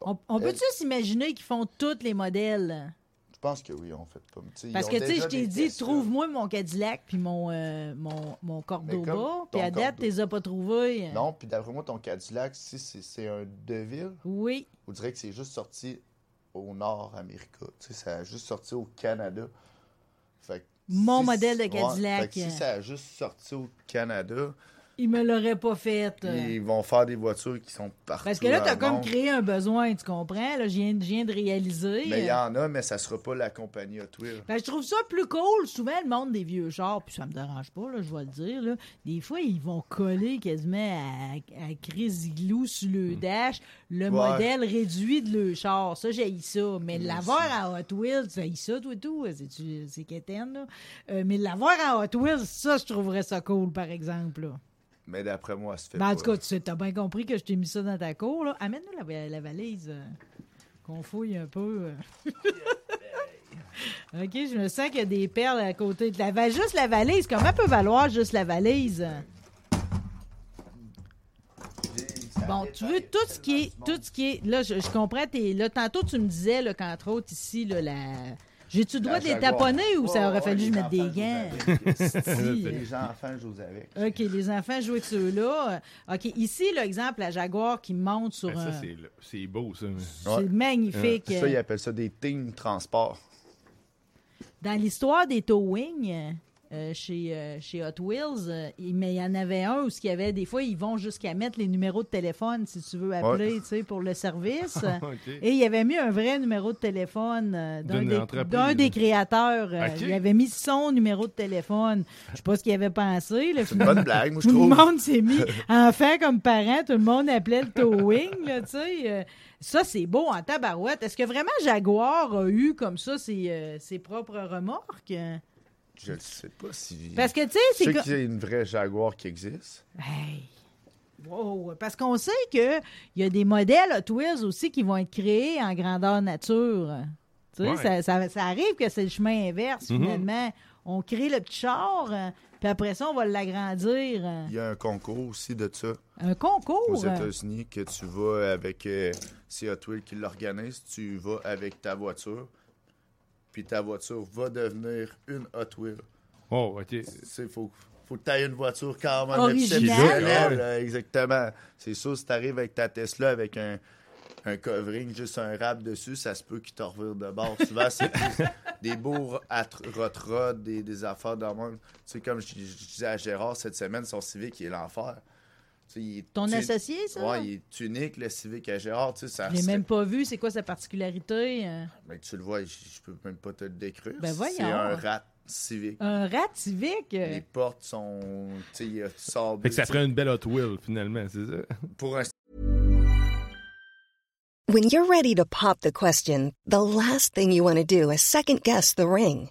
Speaker 1: On, on
Speaker 2: Euh,
Speaker 1: peut-tu s'imaginer qu'ils font tous les modèles?
Speaker 2: Je pense que oui, en fait. Comme, tu sais,
Speaker 1: Parce
Speaker 2: ils ont
Speaker 1: que, tu sais,
Speaker 2: déjà
Speaker 1: je t'ai
Speaker 2: des
Speaker 1: dit,
Speaker 2: Tesla.
Speaker 1: trouve-moi mon Cadillac puis mon, euh, mon, mon Cordoba.
Speaker 2: comme
Speaker 1: Puis
Speaker 2: ton
Speaker 1: à date,
Speaker 2: Cordoba.
Speaker 1: tu les as pas trouvés.
Speaker 2: Non, puis d'après moi, ton Cadillac, si c'est c'est un Deville,
Speaker 1: Oui.
Speaker 2: on dirait que c'est juste sorti au Nord-Amérique. Tu sais, ça a juste sorti au Canada. Fait que
Speaker 1: Mon modèle de
Speaker 2: ouais,
Speaker 1: Cadillac. euh,
Speaker 2: fait que si ça a juste sorti au Canada,
Speaker 1: Ils me l'auraient pas fait.
Speaker 2: Ils vont faire des voitures qui sont partout.
Speaker 1: Parce que là,
Speaker 2: dans
Speaker 1: t'as
Speaker 2: le
Speaker 1: comme
Speaker 2: monde.
Speaker 1: créé un besoin, tu comprends? Là, je viens, je viens de réaliser.
Speaker 2: Mais il y en a, mais ça sera pas la compagnie Hot Wheels.
Speaker 1: Fait que je trouve ça plus cool. Souvent, le monde des vieux chars, puis ça me dérange pas, là, je vais le dire, là, des fois, ils vont coller quasiment à, à Chris Igloo sur le dash le modèle réduit de leur char. Ça, j'ai ça. Mais l'avoir à Hot Wheels, j'ai ça, tout et tout. C'est-tu- C'est quétaine, là. Euh, mais l'avoir à Hot Wheels, ça, je trouverais ça cool, par exemple. Là.
Speaker 2: Mais d'après moi, ça se fait
Speaker 1: Ben, en
Speaker 2: pas.
Speaker 1: tout cas, tu sais, t'as bien compris que je t'ai mis ça dans ta cour. là. Amène-nous la, la valise. euh, qu'on fouille un peu. euh. OK, je me sens qu'il y a des perles à côté de la valise. Juste la valise, comment peut valoir juste la valise?
Speaker 2: Ben,
Speaker 1: Bon, tu veux tout ce qui est. Tout ce qui est. Là, je, je comprends tes. Là, tantôt, tu me disais là, qu'entre autres, ici, là, la. J'ai-tu le droit
Speaker 2: La
Speaker 1: de les
Speaker 2: Jaguar.
Speaker 1: taponner ou ça
Speaker 2: Ouais,
Speaker 1: aurait
Speaker 2: ouais,
Speaker 1: fallu que
Speaker 2: les
Speaker 1: je mette des gants?
Speaker 2: enfants jouent avec.
Speaker 1: Si, euh.
Speaker 2: Les enfants jouent avec.
Speaker 1: OK, les enfants jouent avec ceux-là. Euh, OK, ici, l'exemple, la Jaguar qui monte sur
Speaker 3: Ben, ça,
Speaker 1: un.
Speaker 3: c'est le- c'est beau, ça.
Speaker 1: C'est
Speaker 2: Ouais. Euh,
Speaker 1: magnifique.
Speaker 2: Ça, ils appellent ça des teams transport.
Speaker 1: Dans l'histoire des towing euh, chez, euh, chez Hot Wheels, euh, il- mais il y en avait un où ce qu'il y avait des fois, ils vont jusqu'à mettre les numéros de téléphone si tu veux appeler tu sais, pour le service.
Speaker 2: Ah,
Speaker 3: Ok.
Speaker 1: Et il avait mis un vrai numéro de téléphone euh, d'un
Speaker 3: D'une
Speaker 1: des,
Speaker 3: entreprise.
Speaker 1: d'un des créateurs. euh,
Speaker 3: Ok.
Speaker 1: Il avait mis son numéro de téléphone. Je sais pas ce qu'il avait pensé. là,
Speaker 2: C'est une bonne blague, moi, je
Speaker 1: tout
Speaker 2: trouve.
Speaker 1: le monde s'est mis, enfant comme parent, tout le monde appelait le towing, là, tu sais. euh, ça, c'est beau en tabarouette. Est-ce que vraiment Jaguar a eu comme ça ses, euh, ses propres remorques?
Speaker 2: Je ne sais pas si.
Speaker 1: Parce que, tu sais,
Speaker 2: Je
Speaker 1: c'est...
Speaker 2: sais
Speaker 1: co-
Speaker 2: qu'il y a une vraie Jaguar qui existe.
Speaker 1: Hey. Wow. Parce qu'on sait que il y a des modèles Hot Wheels aussi qui vont être créés en grandeur nature. Tu sais,
Speaker 3: Ouais.
Speaker 1: ça, ça- ça arrive que c'est le chemin inverse,
Speaker 2: Mm-hmm.
Speaker 1: finalement. On crée le petit char, hein, puis après ça, on va l'agrandir. hein.
Speaker 2: Il y a un concours aussi de ça
Speaker 1: Un concours.
Speaker 2: aux
Speaker 1: hein.
Speaker 2: États-Unis que tu vas avec. euh, c'est Hot Wheels qui l'organise. Tu vas avec ta voiture. Puis ta voiture va devenir une Hot Wheels.
Speaker 3: Oh, OK.
Speaker 2: Il faut, faut que tu aies une voiture quand même
Speaker 1: Originale.
Speaker 2: exceptionnelle. euh, Exactement. C'est sûr, si tu arrives avec ta Tesla avec un, un covering, juste un rap dessus, ça se peut qu'il te revire de bord. Souvent, c'est plus des beaux rotrodes, des, des affaires dans le monde. Tu sais, comme je, je disais à Gérard cette semaine, son Civic, il est l'enfer. Tu sais, il est
Speaker 1: Ton
Speaker 2: tu-
Speaker 1: associé, ça?
Speaker 2: Ouais, il est unique, le Civic à Gérard. Tu sais, ça
Speaker 1: Je l'ai
Speaker 2: serait-
Speaker 1: même pas vu. C'est quoi sa particularité? euh?
Speaker 2: Mais tu le vois, je, je peux même pas te le décrire.
Speaker 1: Ben voyons.
Speaker 2: c'est un rat Civic.
Speaker 1: Un rat civique? euh,
Speaker 2: Les portes sont. Tu sais, il y a du sable.
Speaker 3: Fait que ça ferait une belle Hot Wheel, finalement, c'est ça?
Speaker 2: Pour un
Speaker 4: When you're ready to pop the question, the last thing you want to do is second guess the ring.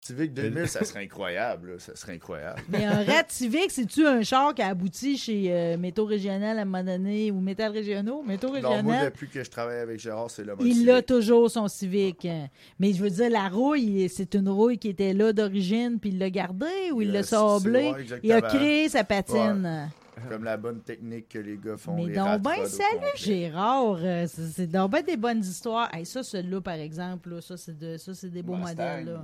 Speaker 2: Civic 2000, ça serait incroyable. là. Ça serait incroyable.
Speaker 1: Mais un rat civique, c'est-tu un char qui a abouti chez euh, Métaux Régional à un moment donné ou Métal Régionaux? Métaux
Speaker 2: Non, moi,
Speaker 1: Régional?
Speaker 2: depuis que je travaille avec Gérard, c'est le mode
Speaker 1: Il
Speaker 2: Civic.
Speaker 1: l'a toujours, son civique. hein. Mais je veux dire, la rouille, c'est une rouille qui était là d'origine, puis il l'a gardée ou il
Speaker 2: Euh,
Speaker 1: l'a
Speaker 2: c'est-
Speaker 1: sablée.
Speaker 2: ouais, exactement.
Speaker 1: il a créé sa patine.
Speaker 2: Comme la bonne technique que les gars font.
Speaker 1: Mais
Speaker 2: les
Speaker 1: donc,
Speaker 2: rats
Speaker 1: ben,
Speaker 2: rodes au
Speaker 1: salut
Speaker 2: complet.
Speaker 1: Gérard. Euh, C'est c'est donc ben des bonnes histoires. Hey, ça, celui-là, par exemple, là, ça, c'est de, ça, c'est des beaux
Speaker 2: Mustang.
Speaker 1: modèles. Là.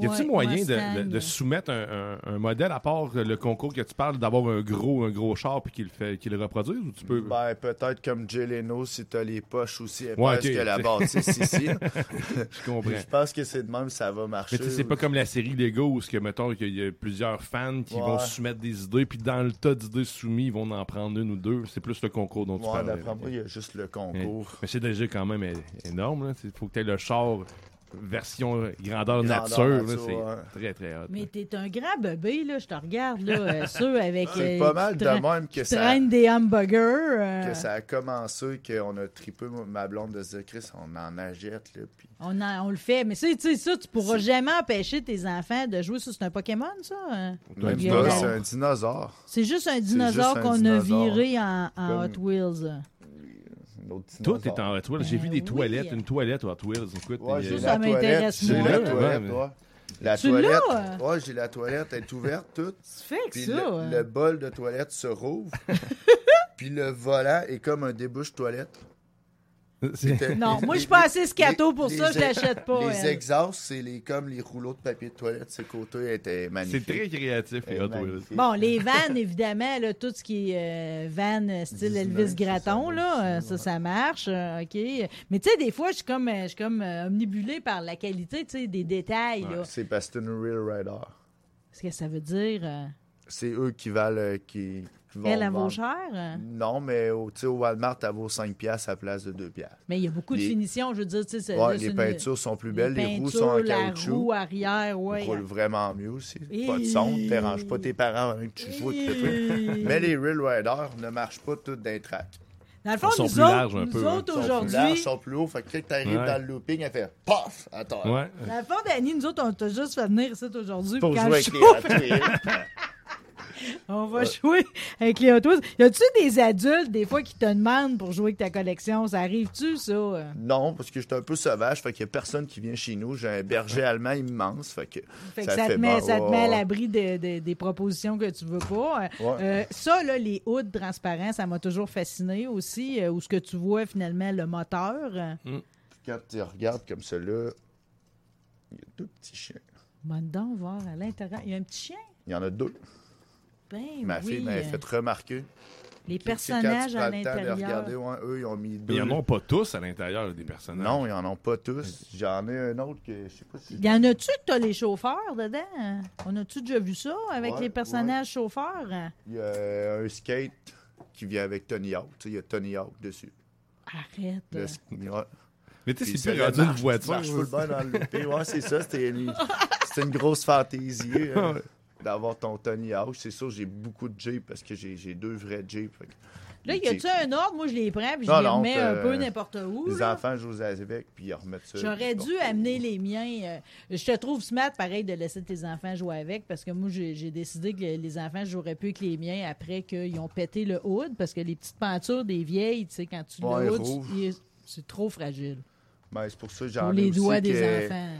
Speaker 3: Y a-t-il
Speaker 1: Ouais,
Speaker 3: moyen de- de,
Speaker 1: Mustang.
Speaker 3: de soumettre un, un- un modèle, à part le concours que tu parles, d'avoir un gros, un gros char puis qu'il le, fait- qu'il le reproduise, ou tu peux...
Speaker 2: Ben, peut-être comme Jeleno, si t'as les poches aussi épaisses
Speaker 3: Ouais, ok.
Speaker 2: que la bâtisse ici.
Speaker 3: je comprends.
Speaker 2: je pense que c'est de même, ça va marcher.
Speaker 3: Mais tu sais, c'est pas comme la série Lego où, ce que, mettons, qu'il y a plusieurs fans qui
Speaker 2: Ouais.
Speaker 3: vont soumettre des idées, puis dans le tas d'idées soumises, ils vont en prendre une ou deux. C'est plus le concours dont tu
Speaker 2: Ouais,
Speaker 3: parles.
Speaker 2: d'après moi, il y a juste le
Speaker 3: Mais
Speaker 2: concours.
Speaker 3: mais c'est déjà quand même é- énorme. Il faut que tu aies le char version grandeur,
Speaker 2: Grandeur
Speaker 3: nature. là,
Speaker 2: nature, ouais.
Speaker 3: c'est très, très hot.
Speaker 1: Mais t'es un grand bébé, là, je te regarde, là, euh, ceux avec...
Speaker 2: C'est
Speaker 1: euh,
Speaker 2: pas
Speaker 1: qui
Speaker 2: mal de
Speaker 1: tra-
Speaker 2: même que
Speaker 1: qui
Speaker 2: ça-
Speaker 1: traînent des hamburgers. euh,
Speaker 2: Que ça a commencé, qu'on a trippé ma blonde de se dire, Chris, on en achète, là. Puis
Speaker 1: On, en- on le fait. Mais c'est- tu sais, ça, tu pourras jamais empêcher tes enfants de jouer sur... C'est un Pokémon, ça? hein?
Speaker 2: même
Speaker 1: il y a
Speaker 2: pas,
Speaker 1: la-
Speaker 2: c'est un dinosaure.
Speaker 1: C'est juste un
Speaker 2: un
Speaker 1: dinosaure qu'on a
Speaker 2: dinosaure.
Speaker 1: viré en, en Hot
Speaker 2: Comme-
Speaker 1: Wheels.
Speaker 2: Un autre
Speaker 3: Tout
Speaker 2: dinosaure.
Speaker 3: est en Hot Wheels. J'ai
Speaker 1: Ben
Speaker 3: vu des
Speaker 1: oui.
Speaker 3: toilettes, une toilette Hot Wheels. Écoute,
Speaker 2: Ouais,
Speaker 3: il y a-
Speaker 2: j'ai
Speaker 1: Ça,
Speaker 2: la
Speaker 1: ça m'intéresse
Speaker 2: toilette. J'ai
Speaker 1: moins.
Speaker 2: la
Speaker 3: Ouais,
Speaker 2: toilette,
Speaker 3: ouais.
Speaker 2: ouais. La
Speaker 1: Tu
Speaker 2: toilette.
Speaker 1: l'as?
Speaker 2: Ouais, j'ai la toilette, elle est ouverte toute.
Speaker 1: Tu fais que
Speaker 2: Puis
Speaker 1: ça?
Speaker 2: le,
Speaker 1: hein?
Speaker 2: le bol de toilette se rouvre. puis le volant est comme un débouche toilette.
Speaker 3: C'est-
Speaker 1: Non, moi, je suis
Speaker 2: Les-
Speaker 1: pas assez scato
Speaker 2: les-
Speaker 1: pour
Speaker 2: les
Speaker 1: ça, je
Speaker 2: ex-
Speaker 1: l'achète pas.
Speaker 2: Les
Speaker 1: elle.
Speaker 2: exhausts, c'est les, comme les rouleaux de papier de toilette. Ces côtés étaient
Speaker 3: c'est
Speaker 2: magnifiques.
Speaker 3: très créatif, les
Speaker 2: Étaient
Speaker 3: Hot Wheels.
Speaker 2: magnifiques.
Speaker 1: Bon, les vannes, évidemment, là, tout ce qui est euh, van euh, style
Speaker 2: 19,
Speaker 1: Elvis
Speaker 2: c'est
Speaker 1: Gratton,
Speaker 2: ça,
Speaker 1: là, euh,
Speaker 2: aussi,
Speaker 1: ça,
Speaker 2: ouais.
Speaker 1: ça marche, euh, OK. Mais tu sais, des fois, je suis comme, euh, je suis comme euh, omnibulée par la qualité, tu sais, des détails, là.
Speaker 2: C'est parce que c'est une Real Rider.
Speaker 1: Ce que ça veut dire, euh,
Speaker 2: C'est eux qui valent. euh, qui, qui vont
Speaker 1: elle, elle vaut
Speaker 2: vendre.
Speaker 1: cher. euh.
Speaker 2: Non, mais au, tu sais, au Walmart, elle vaut 5$ piastres à la place de 2$. piastres.
Speaker 1: Mais il y a beaucoup de
Speaker 2: Les-
Speaker 1: finitions, je veux dire, tu sais. c'est-
Speaker 2: Ouais,
Speaker 1: là, c'est
Speaker 2: les
Speaker 1: une-
Speaker 2: peintures sont plus belles, les, roues
Speaker 1: peintures,
Speaker 2: sont en
Speaker 1: la
Speaker 2: caoutchouc.
Speaker 1: roue ah, arrière,
Speaker 2: On
Speaker 1: ouais.
Speaker 2: roule vraiment mieux aussi.
Speaker 1: Et-
Speaker 2: Pas de son, ne dérange pas tes parents avec que tu joues. tu fais. Mais les Real Riders ne marchent pas toutes d'un track.
Speaker 1: Dans le fond,
Speaker 3: Ils sont
Speaker 1: nous
Speaker 3: plus larges
Speaker 1: autres,
Speaker 3: un
Speaker 1: nous
Speaker 3: peu, hein.
Speaker 1: autres,
Speaker 2: Ils sont plus larges,
Speaker 1: aujourd'hui,
Speaker 2: ils sont plus hauts. Fait que quand t'arrives
Speaker 3: Ouais.
Speaker 2: dans le looping, elle fait POF à terre.
Speaker 3: Ouais.
Speaker 1: dans le fond, Dani, nous autres, on t'a juste fait venir ici aujourd'hui.
Speaker 2: Faut
Speaker 1: puis quand
Speaker 2: jouer
Speaker 1: je
Speaker 2: avec les
Speaker 1: chauffe-
Speaker 2: Hot Wheels.
Speaker 1: On va jouer avec les Hot Wheels. Y a-tu des adultes, des fois, qui te demandent pour jouer avec ta collection? Ça arrive-tu, ça? euh?
Speaker 2: Non, parce que j'étais un peu sauvage. Fait qu'il n'y a personne qui vient chez nous. J'ai un berger allemand immense. Fait que
Speaker 1: Fait que ça, te met,
Speaker 2: mal.
Speaker 1: ça te
Speaker 2: Ouais,
Speaker 1: met à
Speaker 2: ouais.
Speaker 1: l'abri de- de- des propositions que tu veux pas. Euh,
Speaker 2: Ouais.
Speaker 1: euh, ça, là, les hoods transparents, ça m'a toujours fasciné aussi, euh, où ce que tu vois, finalement, le moteur. euh,
Speaker 2: Quand tu regardes comme cela, il y a deux petits chiens.
Speaker 1: Bonne donc voir à l'intérieur. Il y a un petit chien.
Speaker 2: Il y en a deux.
Speaker 1: Ben
Speaker 2: Ma
Speaker 1: oui,
Speaker 2: fille m'avait
Speaker 1: euh,
Speaker 2: fait remarquer.
Speaker 1: les
Speaker 2: Puis, tu sais, quand tu
Speaker 1: personnages
Speaker 2: prends
Speaker 1: à
Speaker 2: le temps de
Speaker 1: l'intérieur.
Speaker 2: regarder, ouais, eux, ils ont mis
Speaker 3: Mais
Speaker 2: deux.
Speaker 3: ils n'en ont pas hein. tous à l'intérieur des personnages.
Speaker 2: Non, ils en ont pas tous. J'en ai un autre que je sais pas si.
Speaker 1: Y en a-tu que t'as les chauffeurs dedans? On a-tu déjà vu ça avec
Speaker 2: Ouais,
Speaker 1: les personnages chauffeurs?
Speaker 2: Il y a un skate qui vient avec Tony Hawk. Tu sais, il y a Tony Hawk dessus.
Speaker 1: Arrête.
Speaker 2: Le sk- ouais.
Speaker 3: Mais tu sais,
Speaker 2: Puis
Speaker 3: Ah, c'est plus
Speaker 2: ça
Speaker 3: rendu une
Speaker 2: marche, tu
Speaker 3: voiture.
Speaker 2: marches full bien dans le loopé. Ouais, c'est ça. C'était une, c'était une grosse fantaisie
Speaker 3: Ah
Speaker 2: euh, d'avoir ton Tony Hawk. C'est sûr, j'ai beaucoup de Jeep parce que j'ai j'ai deux vrais Jeep. Fait que
Speaker 1: Là,
Speaker 2: les
Speaker 1: y a-tu
Speaker 2: Jeep,
Speaker 1: un ordre? Moi, je les prends puis je
Speaker 2: Non,
Speaker 1: les
Speaker 2: non,
Speaker 1: remets un
Speaker 2: t'as-
Speaker 1: peu n'importe où.
Speaker 2: Les
Speaker 1: là.
Speaker 2: enfants jouent avec, puis ils remettent ça.
Speaker 1: J'aurais
Speaker 2: puis
Speaker 1: dû
Speaker 2: ils portent-
Speaker 1: amener les miens. euh, je te trouve smart, pareil, de laisser tes enfants jouer avec, parce que moi, j'ai j'ai décidé que le- les enfants joueraient plus que les miens après qu'ils ont pété le hood, parce que les petites pentures des vieilles, tu sais, quand tu
Speaker 2: Ouais,
Speaker 1: le hood,
Speaker 2: rouge.
Speaker 1: tu- il est- c'est trop fragile.
Speaker 2: Ben, c'est pour ça que j'en
Speaker 1: Pour
Speaker 2: ai
Speaker 1: les
Speaker 2: aussi
Speaker 1: doigts des
Speaker 2: que
Speaker 1: enfants.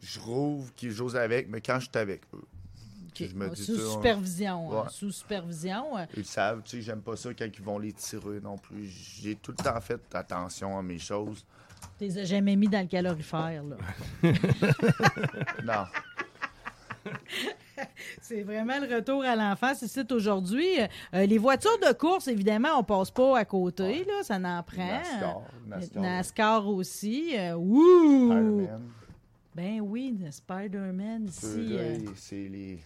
Speaker 2: Je rouvre qu'ils jouent avec, mais quand je suis avec
Speaker 1: Ok.
Speaker 2: eux.
Speaker 1: Ah, oh,
Speaker 2: je me dis
Speaker 1: sous
Speaker 2: ça, on-
Speaker 1: supervision. hein,
Speaker 2: Ouais.
Speaker 1: sous supervision. euh,
Speaker 2: Ils le savent, tu sais, j'aime pas ça quand ils vont les tirer non plus. J'ai tout le temps fait attention à mes choses.
Speaker 1: Tu les as jamais mis dans le calorifère, là.
Speaker 2: Non.
Speaker 1: C'est vraiment le retour à l'enfance ici aujourd'hui. Euh, les voitures de course, évidemment, on passe pas à côté, là, ça n'en prend.
Speaker 2: NASCAR,
Speaker 1: NASCAR,
Speaker 2: NASCAR.
Speaker 1: aussi. euh, ouh!
Speaker 2: Spider-Man,
Speaker 1: Ben oui, le Spider-Man ici.
Speaker 2: ceux-là,
Speaker 1: euh,
Speaker 2: ils- c'est les.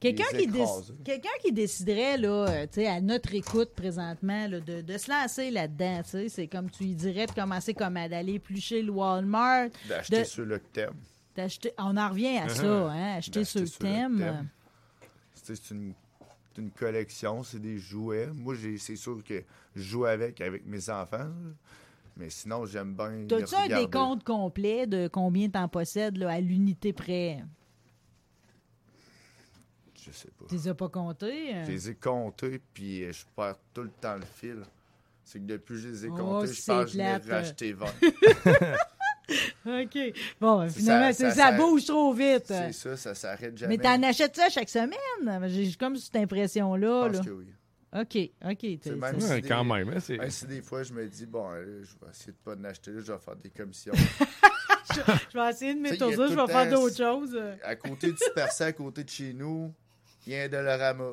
Speaker 1: Quelqu'un
Speaker 2: les
Speaker 1: qui, déc-
Speaker 2: écraser.
Speaker 1: quelqu'un qui déciderait, là, euh, tu sais, à notre écoute présentement, là, de, de se lancer là-dedans, tu sais, c'est comme tu lui dirais de commencer comme à d'aller éplucher le Walmart,
Speaker 2: D'acheter
Speaker 1: de-
Speaker 2: ceux-là que t'aimes.
Speaker 1: d'acheter- on en revient à ça, hein, acheter
Speaker 2: D'acheter
Speaker 1: ce
Speaker 2: ceux-là que
Speaker 1: thème.
Speaker 2: t'aimes. C'est c'est une, c'est une collection, c'est des jouets. Moi, j'ai- c'est sûr que je joue avec, avec mes enfants. là. Mais sinon, j'aime bien. les
Speaker 1: T'as-tu un
Speaker 2: regarder.
Speaker 1: décompte complet de combien t'en possèdes là, à l'unité près?
Speaker 2: Je sais pas.
Speaker 1: Tu les as pas comptés? euh?
Speaker 2: Je les ai comptés, puis euh, je perds tout le temps le fil. C'est que depuis que je les ai
Speaker 1: Oh,
Speaker 2: comptés, je
Speaker 1: c'est
Speaker 2: pense que je
Speaker 1: plate.
Speaker 2: vais racheter 20.
Speaker 1: OK. Bon, ben, finalement,
Speaker 2: ça-
Speaker 1: c'est- ça,
Speaker 2: ça-
Speaker 1: bouge trop vite.
Speaker 2: c'est ça, ben ça s'arrête jamais.
Speaker 1: Mais t'en achètes ça chaque semaine? J'ai comme cette impression-là.
Speaker 2: Je
Speaker 1: là.
Speaker 2: pense que oui.
Speaker 1: OK, OK. t'es-
Speaker 2: C'est
Speaker 1: ça-
Speaker 2: même
Speaker 3: Ouais,
Speaker 2: si des-
Speaker 3: quand même, hein, c'est-
Speaker 2: même si des fois, je me dis, bon, euh, je vais essayer de pas en acheter là, je vais faire des commissions.
Speaker 1: Je vais essayer de
Speaker 2: Tu sais, il y a
Speaker 1: m'étourdir, je
Speaker 2: tout
Speaker 1: vais
Speaker 2: le
Speaker 1: faire
Speaker 2: temps-
Speaker 1: d'autres choses.
Speaker 2: à côté du Super C, à côté de chez nous, il y a un Dollarama.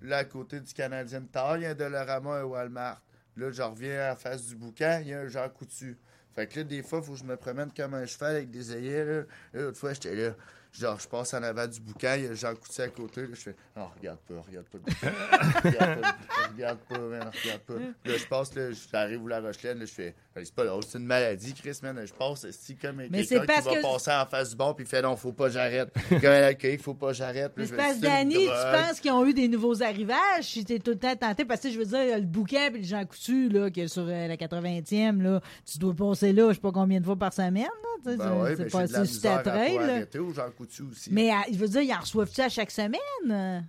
Speaker 2: Là, à côté du Canadien Tard, il y a un Dollarama et un Walmart. Là, je reviens en face du boucan, il y a un Jean Coutu. Fait que là, des fois, il faut que je me promène comme un cheval avec des œillets. Là, Là, l'autre fois, j'étais là. Genre, je passe en avant du bouquin, il y a Jean Coutier à côté. là, je fais Non, regarde pas, regarde pas le bouquin. regarde pas, le bouquin, regarde pas, man, regarde pas. Là, je passe, là, j'arrive où la Rochelaine, là, je fais Allez, C'est pas là, c'est une maladie, Chris, man. Je passe, c'est comme
Speaker 1: Mais c'est
Speaker 2: quelqu'un qui
Speaker 1: parce
Speaker 2: va
Speaker 1: que-
Speaker 2: passer en face du bord, puis il fait Non, faut pas, j'arrête. Comme un accueil, faut pas, j'arrête. Là,
Speaker 1: Mais
Speaker 2: je
Speaker 1: c'est
Speaker 2: fais,
Speaker 1: parce que
Speaker 2: C'est une
Speaker 1: Danny, tu
Speaker 2: drogue.
Speaker 1: penses qu'ils ont eu des nouveaux arrivages, si t'es tout le temps tenté, parce que je veux dire, le bouquin puis le Jean Coutu, là, qui est sur euh, la 80e, là, tu dois passer là, je sais pas combien de fois par semaine, là, tu sais,
Speaker 2: Ben ouais,
Speaker 1: c'est
Speaker 2: mais j'ai de
Speaker 1: passé sur
Speaker 2: la
Speaker 1: ta
Speaker 2: misère à pas
Speaker 1: trail, là.
Speaker 2: arrêter ou Jean Coutu aussi.
Speaker 1: Mais euh, je veux dire, ils en reçoivent-tu à chaque semaine?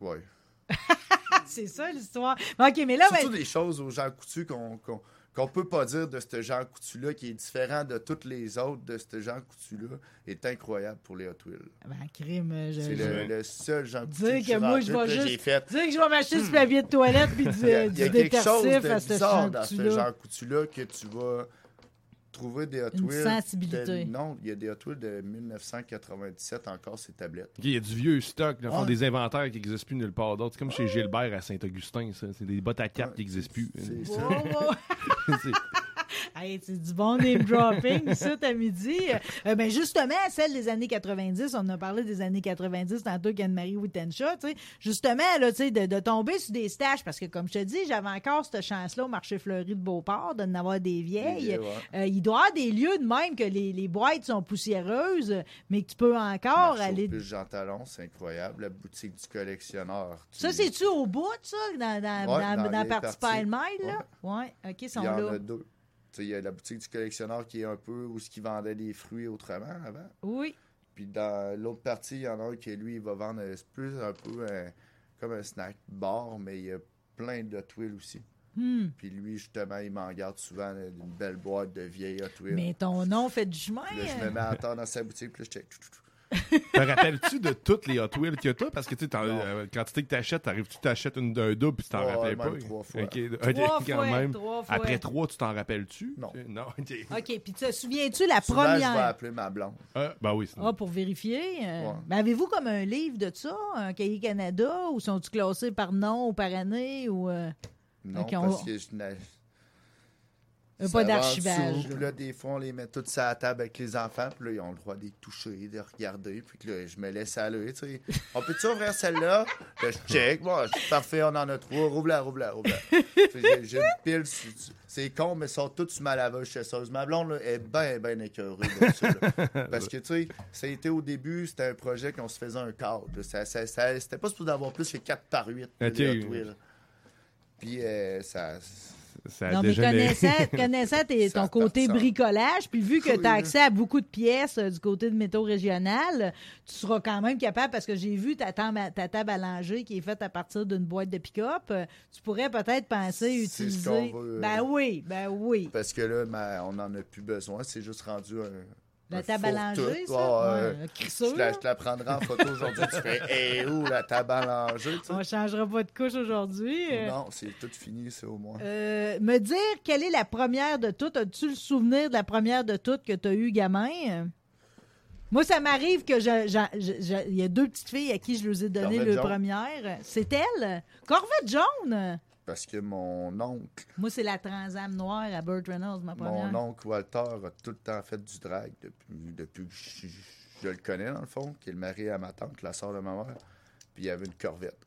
Speaker 2: Ouais.
Speaker 1: C'est ça l'histoire. OK, ah, mais là, ben,
Speaker 2: Surtout des choses aux Jean Coutu qu'on qu'on- qu'on peut pas dire de ce Jean Coutu-là, qui est différent de toutes les autres de ce Jean Coutu-là, est incroyable pour les Hot Wheels.
Speaker 1: ben, crime, euh, je-
Speaker 2: C'est
Speaker 1: je-
Speaker 2: le, le seul Jean Coutu
Speaker 1: Dire
Speaker 2: qui
Speaker 1: que moi, je
Speaker 2: rentre,
Speaker 1: vais
Speaker 2: puis là, j'ai
Speaker 1: juste.
Speaker 2: fait. Hmm.
Speaker 1: Dire que je vais m'acheter du papier de toilette puis du,
Speaker 2: Il y a,
Speaker 1: du
Speaker 2: il y a quelque chose
Speaker 1: détercif à
Speaker 2: de
Speaker 1: ce
Speaker 2: bizarre dans ce
Speaker 1: champ
Speaker 2: Jean Coutu-là que tu vas trouver des Hot Wheels.
Speaker 1: Une
Speaker 2: de-
Speaker 1: sensibilité.
Speaker 2: non, il y a des Hot Wheels de 1997 encore, ces tablettes.
Speaker 3: Il y a du vieux stock, là, font
Speaker 2: Ouais.
Speaker 3: des inventaires qui n'existent plus nulle part d'autre. C'est comme chez Gilbert à Saint-Augustin, ça. C'est des bottes à cap qui n'existent plus.
Speaker 2: C'est ça.
Speaker 1: Wow, wow.
Speaker 3: C'est-
Speaker 1: Hey, c'est du bon name dropping, ça, à midi. Euh, ben, justement, celle des années 90, on a parlé des années 90 tantôt qu'Anne-Marie Wittenshaw, tu sais. Justement, là, tu sais, de, de tomber sur des stages, parce que, comme je te dis, j'avais encore cette chance-là au marché fleuri de Beauport, de n'avoir des
Speaker 2: Des
Speaker 1: vieilles.
Speaker 2: vieilles, ouais.
Speaker 1: Euh, il doit y avoir des lieux de même que les, les boîtes sont poussiéreuses, mais que tu peux encore
Speaker 2: Marche aux
Speaker 1: aller.
Speaker 2: puces Jean Talon, c'est incroyable. La boutique du collectionneur. Tu-
Speaker 1: Ça, c'est-tu au bout, ça, dans, dans,
Speaker 2: Ouais,
Speaker 1: dans-
Speaker 2: dans
Speaker 1: dans la
Speaker 2: les
Speaker 1: partie
Speaker 2: parties.
Speaker 1: pile mile, là? Ouais, OK, ils sont
Speaker 2: Il y en
Speaker 1: là.
Speaker 2: a deux. Tu sais, Il y a la boutique du collectionneur qui est un peu où ce qui vendait des fruits autrement avant.
Speaker 1: Oui.
Speaker 2: Puis dans l'autre partie, il y en a un qui, lui, il va vendre euh, c'est plus un peu un- comme un snack bar, mais il y a plein de Twill aussi.
Speaker 1: Hmm.
Speaker 2: Puis lui, justement, il m'en garde souvent là, une belle boîte de vieilles Hot Wheels.
Speaker 1: Mais ton nom fait du chemin.
Speaker 2: Là, je me mets à attendre dans sa boutique, puis là, je check.
Speaker 3: Te rappelles-tu de toutes les Hot Wheels que t'as? Parce que tu sais, t'en- la quantité que t'achètes, t'arrives-tu t'achètes une d'un double puis tu t'en
Speaker 2: Ouais,
Speaker 3: rappelais
Speaker 2: même
Speaker 3: pas?
Speaker 2: trois fois.
Speaker 3: Ok, ok,
Speaker 1: Trois
Speaker 3: quand
Speaker 1: fois,
Speaker 3: même.
Speaker 1: trois fois.
Speaker 3: Après trois, tu t'en rappelles-tu?
Speaker 2: Non.
Speaker 3: Non, ok.
Speaker 1: OK, puis te souviens-tu la
Speaker 2: Souvent, je vais
Speaker 1: première?
Speaker 2: appeler ma blonde.
Speaker 3: Ah, ben oui, c'est
Speaker 1: Ah, pour vérifier. euh,
Speaker 2: Ouais.
Speaker 1: ben avez-vous comme un livre de ça, un cahier Canada, ou sont-ils classés par nom ou par année? ou euh,
Speaker 2: Non,
Speaker 1: Ok, on-
Speaker 2: parce que je n'ai
Speaker 1: euh,
Speaker 2: Ça
Speaker 1: Pas
Speaker 2: avance
Speaker 1: d'archivage.
Speaker 2: sous, puis
Speaker 1: là.
Speaker 2: là, des fois, on les met toutes sur la table avec les enfants. Puis là, ils ont le droit de les toucher, de regarder. Puis que là, je me laisse aller, tu sais. On peut-tu ouvrir celle-là? Là, je check. Bon, je suis parfait, on en a trois. Rouvre-la, rouvre-la, rouvre-la. Tu sais, j'ai- J'ai une pile. sur- sur- C'est con, mais ils sont toutes sur ma laveuse chasseuse. Ma blonde, là, est bien, bien écœurée de ça, là. Parce que, tu sais, ça a été au début, c'était un projet qu'on se faisait un cadre. là. Ça, ça, ça- c'était pas supposé d'avoir plus que 4 par 8.
Speaker 3: Ok.
Speaker 2: Puis, euh, ça...
Speaker 3: ça. a
Speaker 1: Non, mais
Speaker 3: dégénéré.
Speaker 1: connaissant, connaissant tes-
Speaker 2: Ça
Speaker 1: ton côté
Speaker 2: part, ça.
Speaker 1: bricolage, puis vu que
Speaker 2: Oui,
Speaker 1: tu as
Speaker 2: là.
Speaker 1: accès à beaucoup de pièces euh, du côté de métaux régional, euh, tu seras quand même capable, parce que j'ai vu ta table, à- ta table à langer qui est faite à partir d'une boîte de pick-up, euh, tu pourrais peut-être penser
Speaker 2: C'est ce
Speaker 1: utiliser...
Speaker 2: qu'on veut, euh,
Speaker 1: Ben oui, ben oui.
Speaker 2: Parce que là, ma- on n'en a plus besoin. C'est juste rendu un.
Speaker 1: La
Speaker 2: un
Speaker 1: table à
Speaker 2: fourre-tout.
Speaker 1: langer, ça?
Speaker 2: euh,
Speaker 1: Ouais, un crisseur,
Speaker 2: je, la,
Speaker 1: là.
Speaker 2: je la prendrai en photo aujourd'hui. tu fais Eh où la table à langer? tu sais?
Speaker 1: On changera pas de couche aujourd'hui. euh.
Speaker 2: Non, c'est tout fini, c'est au moins.
Speaker 1: Euh, me dire quelle est la première de toutes. As-tu le souvenir de la première de toutes que tu as eu gamin? Moi, ça m'arrive que je- je- je- je- il y a deux petites filles à qui je leur ai donné
Speaker 2: Corvette
Speaker 1: le
Speaker 2: jaune.
Speaker 1: première. C'est elle? Corvette jaune!
Speaker 2: Parce que mon oncle,
Speaker 1: Moi, c'est la Transam noire à Burt Reynolds, ma première.
Speaker 2: mon oncle Walter a tout le temps fait du drag depuis, depuis que je, je le connais, dans le fond, qui est le mari à ma tante, la soeur de ma mère. Puis il y avait une corvette.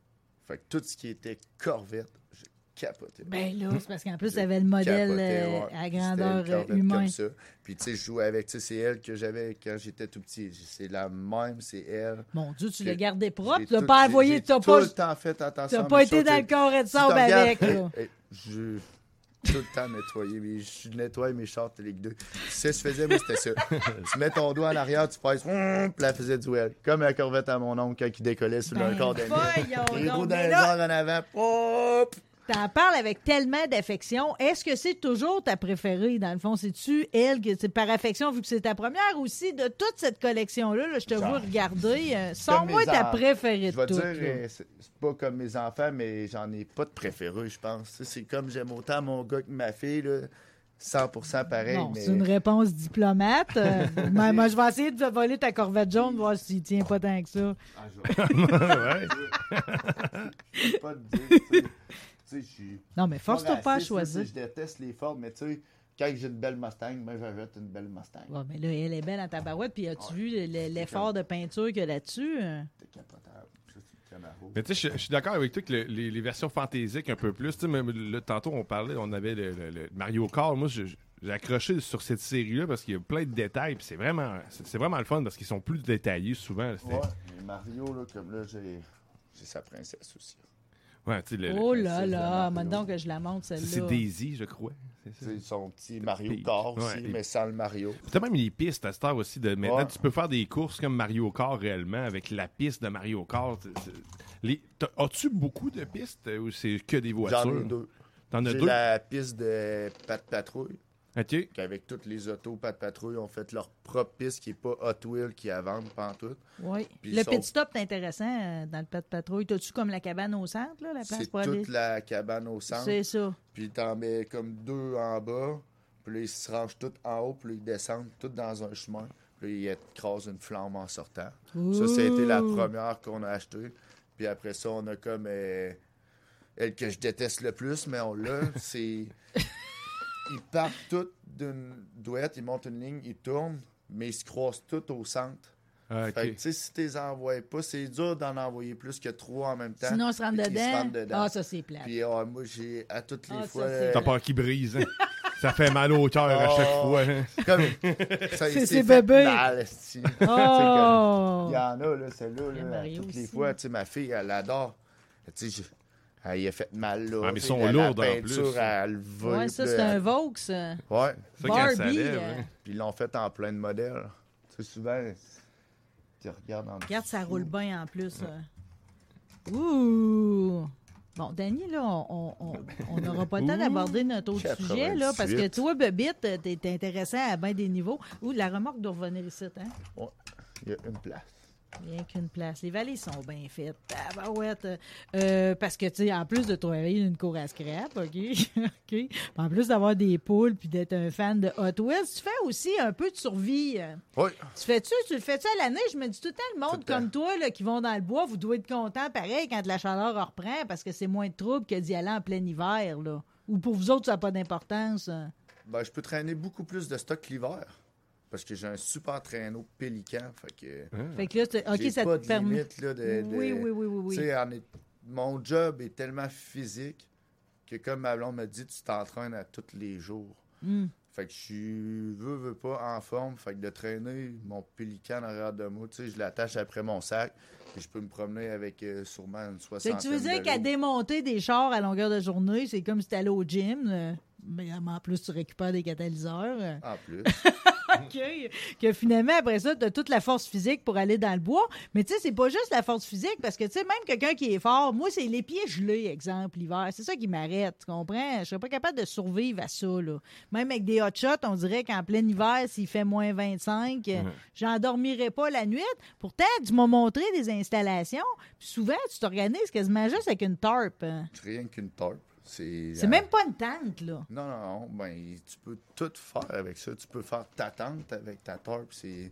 Speaker 2: Fait que tout ce qui était corvette, j'ai capoté.
Speaker 1: Ben là, c'est parce qu'en plus,
Speaker 2: J'ai
Speaker 1: elle avait le modèle
Speaker 2: capoté,
Speaker 1: euh,
Speaker 2: ouais.
Speaker 1: à
Speaker 2: C'était
Speaker 1: grandeur
Speaker 2: une
Speaker 1: euh,
Speaker 2: Corvette
Speaker 1: humaine.
Speaker 2: Comme ça. Puis tu sais, je jouais avec, tu sais, c'est elle que j'avais quand j'étais tout petit. C'est la même, c'est elle.
Speaker 1: Mon Dieu, tu
Speaker 2: J'ai-
Speaker 1: l'as gardé propre.
Speaker 2: j'ai
Speaker 1: Tu l'as
Speaker 2: tout-
Speaker 1: pas
Speaker 2: j'ai-
Speaker 1: envoyé,
Speaker 2: j'ai
Speaker 1: tu n'as
Speaker 2: tout
Speaker 1: pas,
Speaker 2: le temps fait attention.
Speaker 1: t'as
Speaker 2: à
Speaker 1: pas
Speaker 2: mes
Speaker 1: été
Speaker 2: choses.
Speaker 1: dans le corps et de
Speaker 2: Si
Speaker 1: sable
Speaker 2: t'en regardes,
Speaker 1: avec, là.
Speaker 2: eh, eh, Je tout le temps nettoyé, mais je nettoie mes shorts les deux. Tu sais, je faisais, moi, c'était ça. tu mets ton doigt en arrière, tu presses, hum, puis la faisais duel. Comme la corvette à mon oncle quand il décollait sur le corps d'un
Speaker 1: Ben, voyons
Speaker 2: Les
Speaker 1: donc,
Speaker 2: roues dans
Speaker 1: mais
Speaker 2: les
Speaker 1: là-
Speaker 2: airs en avant, hop!
Speaker 1: T'en parles avec tellement d'affection. Est-ce que c'est toujours ta préférée, dans le fond? C'est-tu elle que c'est par affection, vu que c'est ta première aussi, de toute cette collection-là? là, je te vois regarder. euh,
Speaker 2: Comme
Speaker 1: Sors-moi
Speaker 2: mes
Speaker 1: ta
Speaker 2: en-
Speaker 1: préférée
Speaker 2: Je
Speaker 1: de
Speaker 2: vais
Speaker 1: toutes.
Speaker 2: dire,
Speaker 1: là.
Speaker 2: euh, c'est c'est pas comme mes enfants, mais j'en ai pas de préféré, je pense. Ça, C'est comme j'aime autant mon gars que ma fille, là, 100% pareil.
Speaker 1: Non,
Speaker 2: mais...
Speaker 1: c'est une réponse diplomate. euh, mais moi, je vais essayer de voler ta corvette jaune, voir s'il tient pas tant que ça.
Speaker 2: Je peux pas te dire, tu sais. Tu sais, je suis
Speaker 1: Non, mais force-toi pas à
Speaker 2: raciste, là,
Speaker 1: choisir.
Speaker 2: tu sais, Je déteste les formes, mais tu sais, Quand j'ai une belle Mustang, ben, j'achète une belle Mustang.
Speaker 1: Ouais, mais là, elle est belle en tabarouette. Puis as-tu vu le- le- l'effort de peinture qu'il y a là-dessus? hein?
Speaker 2: C'est capotable. Ça, c'est le Camaro.
Speaker 3: Mais tu sais, je- je suis d'accord avec toi que le- les, les versions fantaisiques un peu plus. Tu sais, même le- tantôt, on parlait, on avait le, le- le Mario Kart. Moi, je- j'ai accroché sur cette série-là parce qu'il y a plein de détails. Puis c'est vraiment, c'est c'est vraiment le fun parce qu'ils sont plus détaillés souvent. C'était-
Speaker 2: Ouais, mais Mario, là, comme là, j'ai j'ai sa princesse aussi.
Speaker 3: Ouais, tu sais, le- le-
Speaker 1: Oh là
Speaker 2: c'est
Speaker 1: là,
Speaker 2: vraiment
Speaker 1: maintenant
Speaker 2: beau.
Speaker 1: que je la montre,
Speaker 3: c'est-
Speaker 1: celle-là.
Speaker 3: c'est Daisy, je crois. C'est ça.
Speaker 2: C'est son petit Mario
Speaker 3: Peach.
Speaker 2: Kart aussi,
Speaker 3: Ouais, et-
Speaker 2: mais sans le Mario.
Speaker 3: Puis T'as même les pistes à cette heure aussi. De, maintenant,
Speaker 2: Ouais.
Speaker 3: tu peux faire des courses comme Mario Kart réellement avec la piste de Mario Kart. C'est- c'est- les- t'as- As-tu beaucoup de pistes euh, ou c'est que des voitures?
Speaker 2: J'en ai deux.
Speaker 3: T'en as
Speaker 2: J'ai
Speaker 3: deux?
Speaker 2: la piste de Pat Patrouille,
Speaker 3: OK.
Speaker 2: qu'avec toutes les autos Pat Patrouille ont fait leur propre piste qui n'est pas Hot Wheels qui est à vendre pantoute.
Speaker 1: Oui.
Speaker 2: Puis
Speaker 1: le
Speaker 2: ils sont-
Speaker 1: pit stop, c'est intéressant euh, dans le Pat Patrouille. T'as-tu comme la cabane au centre, là, la place
Speaker 2: C'est
Speaker 1: pour aller?
Speaker 2: toute la cabane au centre.
Speaker 1: C'est ça.
Speaker 2: Puis t'en mets comme deux en bas, puis là, ils se rangent tout en haut, puis là, ils descendent tout dans un chemin, puis là, ils écrasent une flamme en sortant. Ça, c'était la première qu'on a achetée. Puis après ça, on a comme euh, elle que je déteste le plus, mais on l'a, c'est. Ils partent toutes d'une douette, ils montent une ligne, ils tournent, mais ils se croisent toutes au centre.
Speaker 3: Ah,
Speaker 2: Fait que,
Speaker 3: OK.
Speaker 2: tu sais, si tu les envoies pas, c'est dur d'en envoyer plus que trois en même temps.
Speaker 1: Sinon, on se rentre
Speaker 2: Puis qu'ils
Speaker 1: dedans.
Speaker 2: rentrent dedans.
Speaker 1: Ah, ça, c'est plate.
Speaker 2: Puis ah, moi, j'ai à toutes les
Speaker 1: Ah, ça,
Speaker 2: fois. euh,
Speaker 1: c'est-
Speaker 3: T'as peur qu'il brise. hein? ça fait mal au cœur à chaque
Speaker 2: Oh.
Speaker 3: fois. hein?
Speaker 2: Comme, ça,
Speaker 1: C'est
Speaker 2: il
Speaker 1: ses
Speaker 2: s'est fait
Speaker 1: bébés.
Speaker 2: mal, esti. Tu sais, comme,
Speaker 1: Oh!
Speaker 2: Il y en a, là, celle-là,
Speaker 1: y a
Speaker 2: là, à
Speaker 1: Mario
Speaker 2: toutes les
Speaker 1: aussi.
Speaker 2: fois. Tu sais, ma fille, elle adore. Tu sais, je- elle y a fait mal, là.
Speaker 3: Ah, mais
Speaker 2: tu
Speaker 3: ils
Speaker 2: sais,
Speaker 3: sont
Speaker 2: la-
Speaker 3: lourds, en
Speaker 2: La peinture
Speaker 3: plus.
Speaker 2: à lever.
Speaker 1: Ouais, ça, c'est un Vaux. ça.
Speaker 2: Ouais,
Speaker 3: Ça, quand ça
Speaker 1: Barbie,
Speaker 3: lève,
Speaker 1: euh,
Speaker 3: hein.
Speaker 2: puis ils l'ont fait en plein de modèles. Tu sais, souvent, tu regardes en
Speaker 1: Regarde, ça roule bien en plus. euh. Ouh! Bon, Danny, là, on- on on- on n'aura pas le temps d'aborder notre autre sujet, là, parce que
Speaker 2: 98.
Speaker 1: toi, Bobit, t'es t'es intéressé à bien des niveaux. Ouh, la remorque doit revenir ici, hein?
Speaker 2: Ouais, il y a une place.
Speaker 1: Rien qu'une place. Les vallées sont bien faites. Tabarouette. Euh, parce que, tu sais, en plus de travailler une cour à scrap, OK? OK? Puis En plus d'avoir des poules puis d'être un fan de Hot Wheels, tu fais aussi un peu de survie. euh.
Speaker 2: Oui,
Speaker 1: Tu fais-tu? Tu le fais-tu à l'année? Je me dis tout le temps, le monde
Speaker 2: Tout le
Speaker 1: comme toi là, qui vont dans le bois, vous devez être content pareil quand la chaleur en reprend parce que c'est moins de trouble que d'y aller en plein hiver. Là. Ou pour vous autres, ça n'a pas d'importance. hein.
Speaker 2: ben, je peux traîner beaucoup plus de stock l'hiver. Parce que j'ai un super traîneau pélican. Fait que.
Speaker 1: Fait que là, tu- OK,
Speaker 2: J'ai
Speaker 1: ça
Speaker 2: pas
Speaker 1: te
Speaker 2: de
Speaker 1: permet.
Speaker 2: limite, là, de- de-
Speaker 1: Oui, oui, oui, oui, oui.
Speaker 2: Tu sais, en est- mon job est tellement physique que, comme ma blonde me dit, tu t'entraînes à tous les jours.
Speaker 1: Hmm.
Speaker 2: Fait que je suis, veux, veux pas, en forme. Fait que de traîner mon pélican en arrière de moi, tu sais, je l'attache après mon sac. Puis je peux me promener avec euh, sûrement une
Speaker 1: Fait
Speaker 2: soixantaine
Speaker 1: que tu veux dire
Speaker 2: de
Speaker 1: qu'à
Speaker 2: livres.
Speaker 1: démonter des chars à longueur de journée, c'est comme si tu allais au gym, là. mais en plus, tu récupères des catalyseurs. euh.
Speaker 2: En plus.
Speaker 1: OK. Que finalement, après ça, tu as toute la force physique pour aller dans le bois. Mais tu sais, c'est pas juste la force physique, parce que tu sais, même quelqu'un qui est fort, moi, c'est les pieds gelés, exemple, l'hiver. C'est ça qui m'arrête, tu comprends? Je serais pas capable de survivre à ça, là. Même avec des hot shots, on dirait qu'en plein hiver, s'il fait moins 25, euh, j'endormirais pas la nuit. Pourtant, tu m'as montré des installations. Puis souvent, tu t'organises quasiment juste avec une tarpe. hein.
Speaker 2: C'est rien qu'une tarpe. C'est
Speaker 1: C'est même pas une tente, là.
Speaker 2: Non, non, non. Ben, tu peux tout faire avec ça. Tu peux faire ta tente avec ta tarpe. C'est.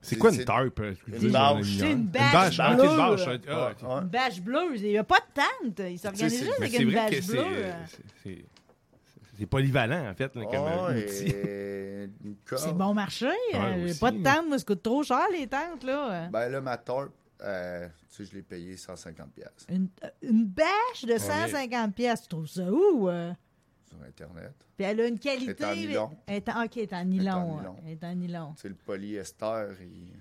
Speaker 3: C'est quoi une
Speaker 2: c'est-
Speaker 3: tarpe? euh,
Speaker 2: Une
Speaker 3: excusez, j'en ai
Speaker 2: bâche.
Speaker 3: mis un.
Speaker 1: C'est une
Speaker 3: Une
Speaker 1: bâche
Speaker 3: bâche. ah, ok,
Speaker 1: bleue.
Speaker 3: une bâche, ah, ah, ok.
Speaker 2: Ouais.
Speaker 1: Une bâche bleue. Il n'y a pas de tente. Ils
Speaker 3: Tu sais,
Speaker 1: s'organisent
Speaker 3: c'est-
Speaker 1: juste
Speaker 3: mais
Speaker 1: avec
Speaker 3: c'est
Speaker 1: une
Speaker 3: vrai que
Speaker 1: bâche
Speaker 3: c'est,
Speaker 1: bleue.
Speaker 3: euh,
Speaker 1: hein.
Speaker 3: c'est- c'est- C'est polyvalent, en fait, là, comme
Speaker 2: Ah,
Speaker 3: euh, outil.
Speaker 2: et une corde.
Speaker 1: C'est bon marché. euh,
Speaker 3: aussi.
Speaker 1: pas de tente, moi, ça coûte trop cher, les tentes, là.
Speaker 2: Ben là, ma tarp, euh, tu sais, je l'ai payé 150$ piastres
Speaker 1: Une, une bâche
Speaker 2: Ah
Speaker 1: de 150 pièces, tu trouves ça où? euh?
Speaker 2: sur Internet.
Speaker 1: Puis elle a une qualité...
Speaker 2: Elle est en nylon.
Speaker 1: Elle est en- OK, elle est en nylon.
Speaker 2: Elle est en
Speaker 1: hein.
Speaker 2: nylon.
Speaker 1: Elle est en nylon.
Speaker 2: Tu sais, le polyester, il...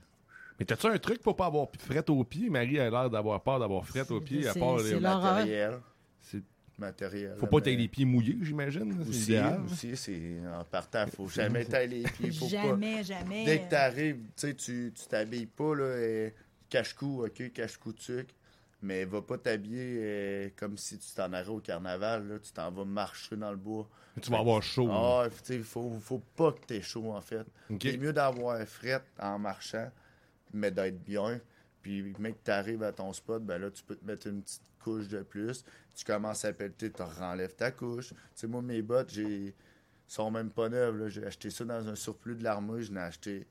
Speaker 3: Mais t'as-tu un truc pour pas avoir p- frette aux pieds? Marie a l'air d'avoir peur d'avoir frette aux pieds, à
Speaker 1: c'est-
Speaker 3: part
Speaker 1: c'est
Speaker 3: les...
Speaker 1: l'horreur.
Speaker 2: matériel.
Speaker 3: c'est-
Speaker 2: matériel.
Speaker 3: Faut pas
Speaker 2: mais-
Speaker 3: que t'aies les pieds mouillés, j'imagine. là, c'est
Speaker 2: Aussi, Mhm.
Speaker 3: idéal.
Speaker 2: aussi c'est... En partant, faut jamais tailler les pieds. Faut
Speaker 1: Jamais,
Speaker 2: Pas...
Speaker 1: jamais.
Speaker 2: Dès que
Speaker 1: euh,
Speaker 2: t'arrives, tu sais, tu tu t'habilles pas, là, et... cache-cou, OK, cache-cou tuc. Mais va pas t'habiller euh, comme si tu t'en allais au carnaval, là. Tu t'en vas marcher dans le bois.
Speaker 3: Tu vas avoir chaud. là.
Speaker 2: Ah, tu sais, faut, faut pas que t'aies chaud, en fait.
Speaker 3: Ok.
Speaker 2: C'est mieux d'avoir fret en marchant, mais d'être bien. Puis, mec, t'arrives à ton spot, ben là, tu peux te mettre une petite couche de plus. Tu commences à pelleter, tu renlèves ta couche. Tu sais, moi, mes bottes, j'ai sont même pas neuves. là. J'ai acheté ça dans un surplus de l'armée. Je n'ai acheté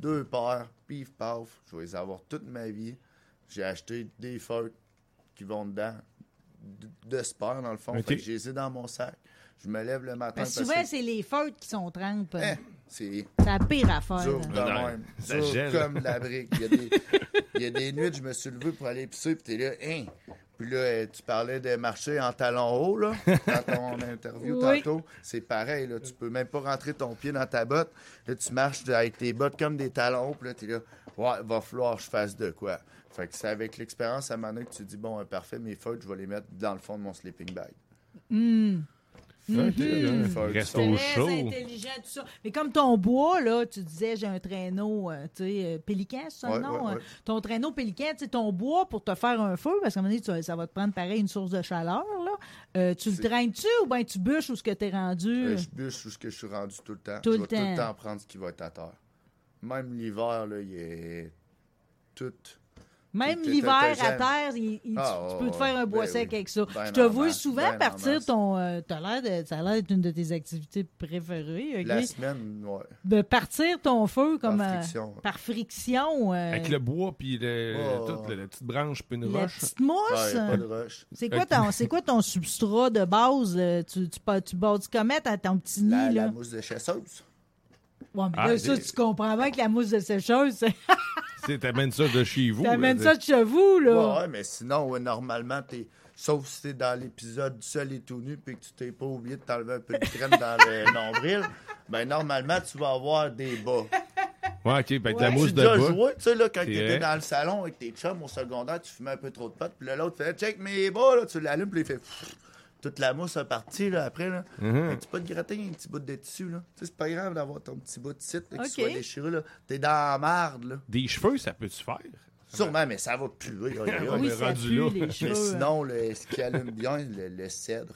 Speaker 2: deux paires, pif, paf. Je vais les avoir toute ma vie. J'ai acheté des feutres qui vont dedans, d- de ce pair, dans le fond.
Speaker 3: Ok.
Speaker 2: Fait que je les ai dans mon sac. Je me lève le matin.
Speaker 1: Parce que souvent,
Speaker 2: parce que-
Speaker 1: c'est les feutres qui sont trempes.
Speaker 2: Hein, c'est
Speaker 1: C'est la pire affaire.
Speaker 2: dur
Speaker 1: là.
Speaker 2: de
Speaker 3: Non,
Speaker 2: même.
Speaker 3: ça
Speaker 2: Dur
Speaker 3: gèle.
Speaker 2: comme la brique. Il y, a des, il y a des nuits, je me suis levé pour aller pisser, puis t'es là, hein. Puis là, euh, tu parlais de marcher en talons hauts, là, dans ton interview
Speaker 1: Oui.
Speaker 2: tantôt. C'est pareil, là. Tu peux même pas rentrer ton pied dans ta botte. Là, tu marches avec tes bottes comme des talons hauts, puis là, t'es là, ouais, va falloir que je fasse de quoi. Fait que c'est avec l'expérience à un moment donné que tu dis, bon, euh, parfait, mes feutres, je vais les mettre dans le fond de mon sleeping bag.
Speaker 3: Hein? Reste au
Speaker 1: Très
Speaker 3: chaud.
Speaker 1: intelligent, tout ça. Mais comme ton bois, là, tu disais, j'ai un traîneau, euh, tu sais, euh, pélican, c'est ça le
Speaker 2: Ouais,
Speaker 1: nom?
Speaker 2: ouais,
Speaker 1: hein?
Speaker 2: ouais.
Speaker 1: Ton traîneau pélican, tu sais, ton bois pour te faire un feu, parce qu'à un moment donné, tu vas- ça va te prendre pareil une source de chaleur, là. Euh, tu le traînes-tu ou bien tu bûches où ce que t'es rendu?
Speaker 2: Euh, je bûche où ce que je suis rendu tout le temps.
Speaker 1: Mm. Tout
Speaker 2: je
Speaker 1: le
Speaker 2: vais tout le
Speaker 1: temps.
Speaker 2: temps prendre ce qui va être à terre. Même l'hiver, là, il est tout.
Speaker 1: Même
Speaker 2: t'es
Speaker 1: l'hiver à
Speaker 2: intelligent.
Speaker 1: terre, il- il- tu,
Speaker 2: Ah,
Speaker 1: tu
Speaker 2: ouais,
Speaker 1: peux te faire un
Speaker 2: ouais,
Speaker 1: bois
Speaker 2: ben
Speaker 1: sec
Speaker 2: oui.
Speaker 1: avec ça.
Speaker 2: Ben
Speaker 1: je te vois
Speaker 2: normal,
Speaker 1: souvent
Speaker 2: ben
Speaker 1: partir
Speaker 2: normal.
Speaker 1: ton. euh, t'as l'air de- ça a l'air d'être une de tes activités préférées, OK?
Speaker 2: La semaine, ouais.
Speaker 1: De partir ton feu comme. euh,
Speaker 2: friction.
Speaker 1: par friction, euh,
Speaker 3: Avec le bois, puis le,
Speaker 2: Oh.
Speaker 3: toute la, la petite branche, puis une
Speaker 1: la
Speaker 3: roche.
Speaker 1: petite mousse.
Speaker 2: Ouais, pas de rush.
Speaker 1: C'est quoi, ton, c'est quoi ton substrat de base? euh, Tu, tu, pa- tu bâtis comment à ton petit nid?
Speaker 2: La,
Speaker 1: là?
Speaker 2: la mousse de chasseuse.
Speaker 1: Ouais, mais
Speaker 3: Ah,
Speaker 1: là, ça,
Speaker 3: c'est-
Speaker 1: tu comprends bien que la mousse de sécheuse,
Speaker 3: Tu sais, T'amènes ça de chez vous.
Speaker 1: t'amènes
Speaker 3: là,
Speaker 1: ça de chez vous,
Speaker 2: Ouais,
Speaker 1: là.
Speaker 2: ouais, mais sinon, ouais, normalement, t'es. Sauf si t'es dans l'épisode du seul et tout nu puis que tu t'es pas oublié de t'enlever un peu de crème dans le nombril, ben normalement, tu vas avoir des bas.
Speaker 3: Ouais, ok, ben, avec la
Speaker 2: Tu
Speaker 3: mousse de
Speaker 2: déjà
Speaker 3: bois.
Speaker 2: joué, tu sais, là, quand
Speaker 3: C'est
Speaker 2: t'étais
Speaker 3: vrai.
Speaker 2: dans le salon avec tes chums au secondaire, tu fumais un peu trop de potes, puis là, l'autre fait check mes bas, là, tu l'allumes, puis il fait pfff, toute la mousse est partie, là, après, là.
Speaker 3: Mm-hmm.
Speaker 2: Un petit peu de gratter, un petit bout de tissu, là. Tu sais, c'est pas grave d'avoir ton petit bout de site là, qui
Speaker 1: Ok.
Speaker 2: soit déchiré, là. T'es dans la marde, là.
Speaker 3: Des cheveux, ça peut-tu faire?
Speaker 2: Sûrement, mais ça va puer, là, là, là.
Speaker 1: Ah Oui,
Speaker 3: ben,
Speaker 1: ça
Speaker 3: rendu
Speaker 1: pue,
Speaker 3: là.
Speaker 1: les
Speaker 3: Mais
Speaker 1: cheveux.
Speaker 2: Mais
Speaker 1: hein.
Speaker 2: sinon, le- ce qui allume bien, le, le cèdre.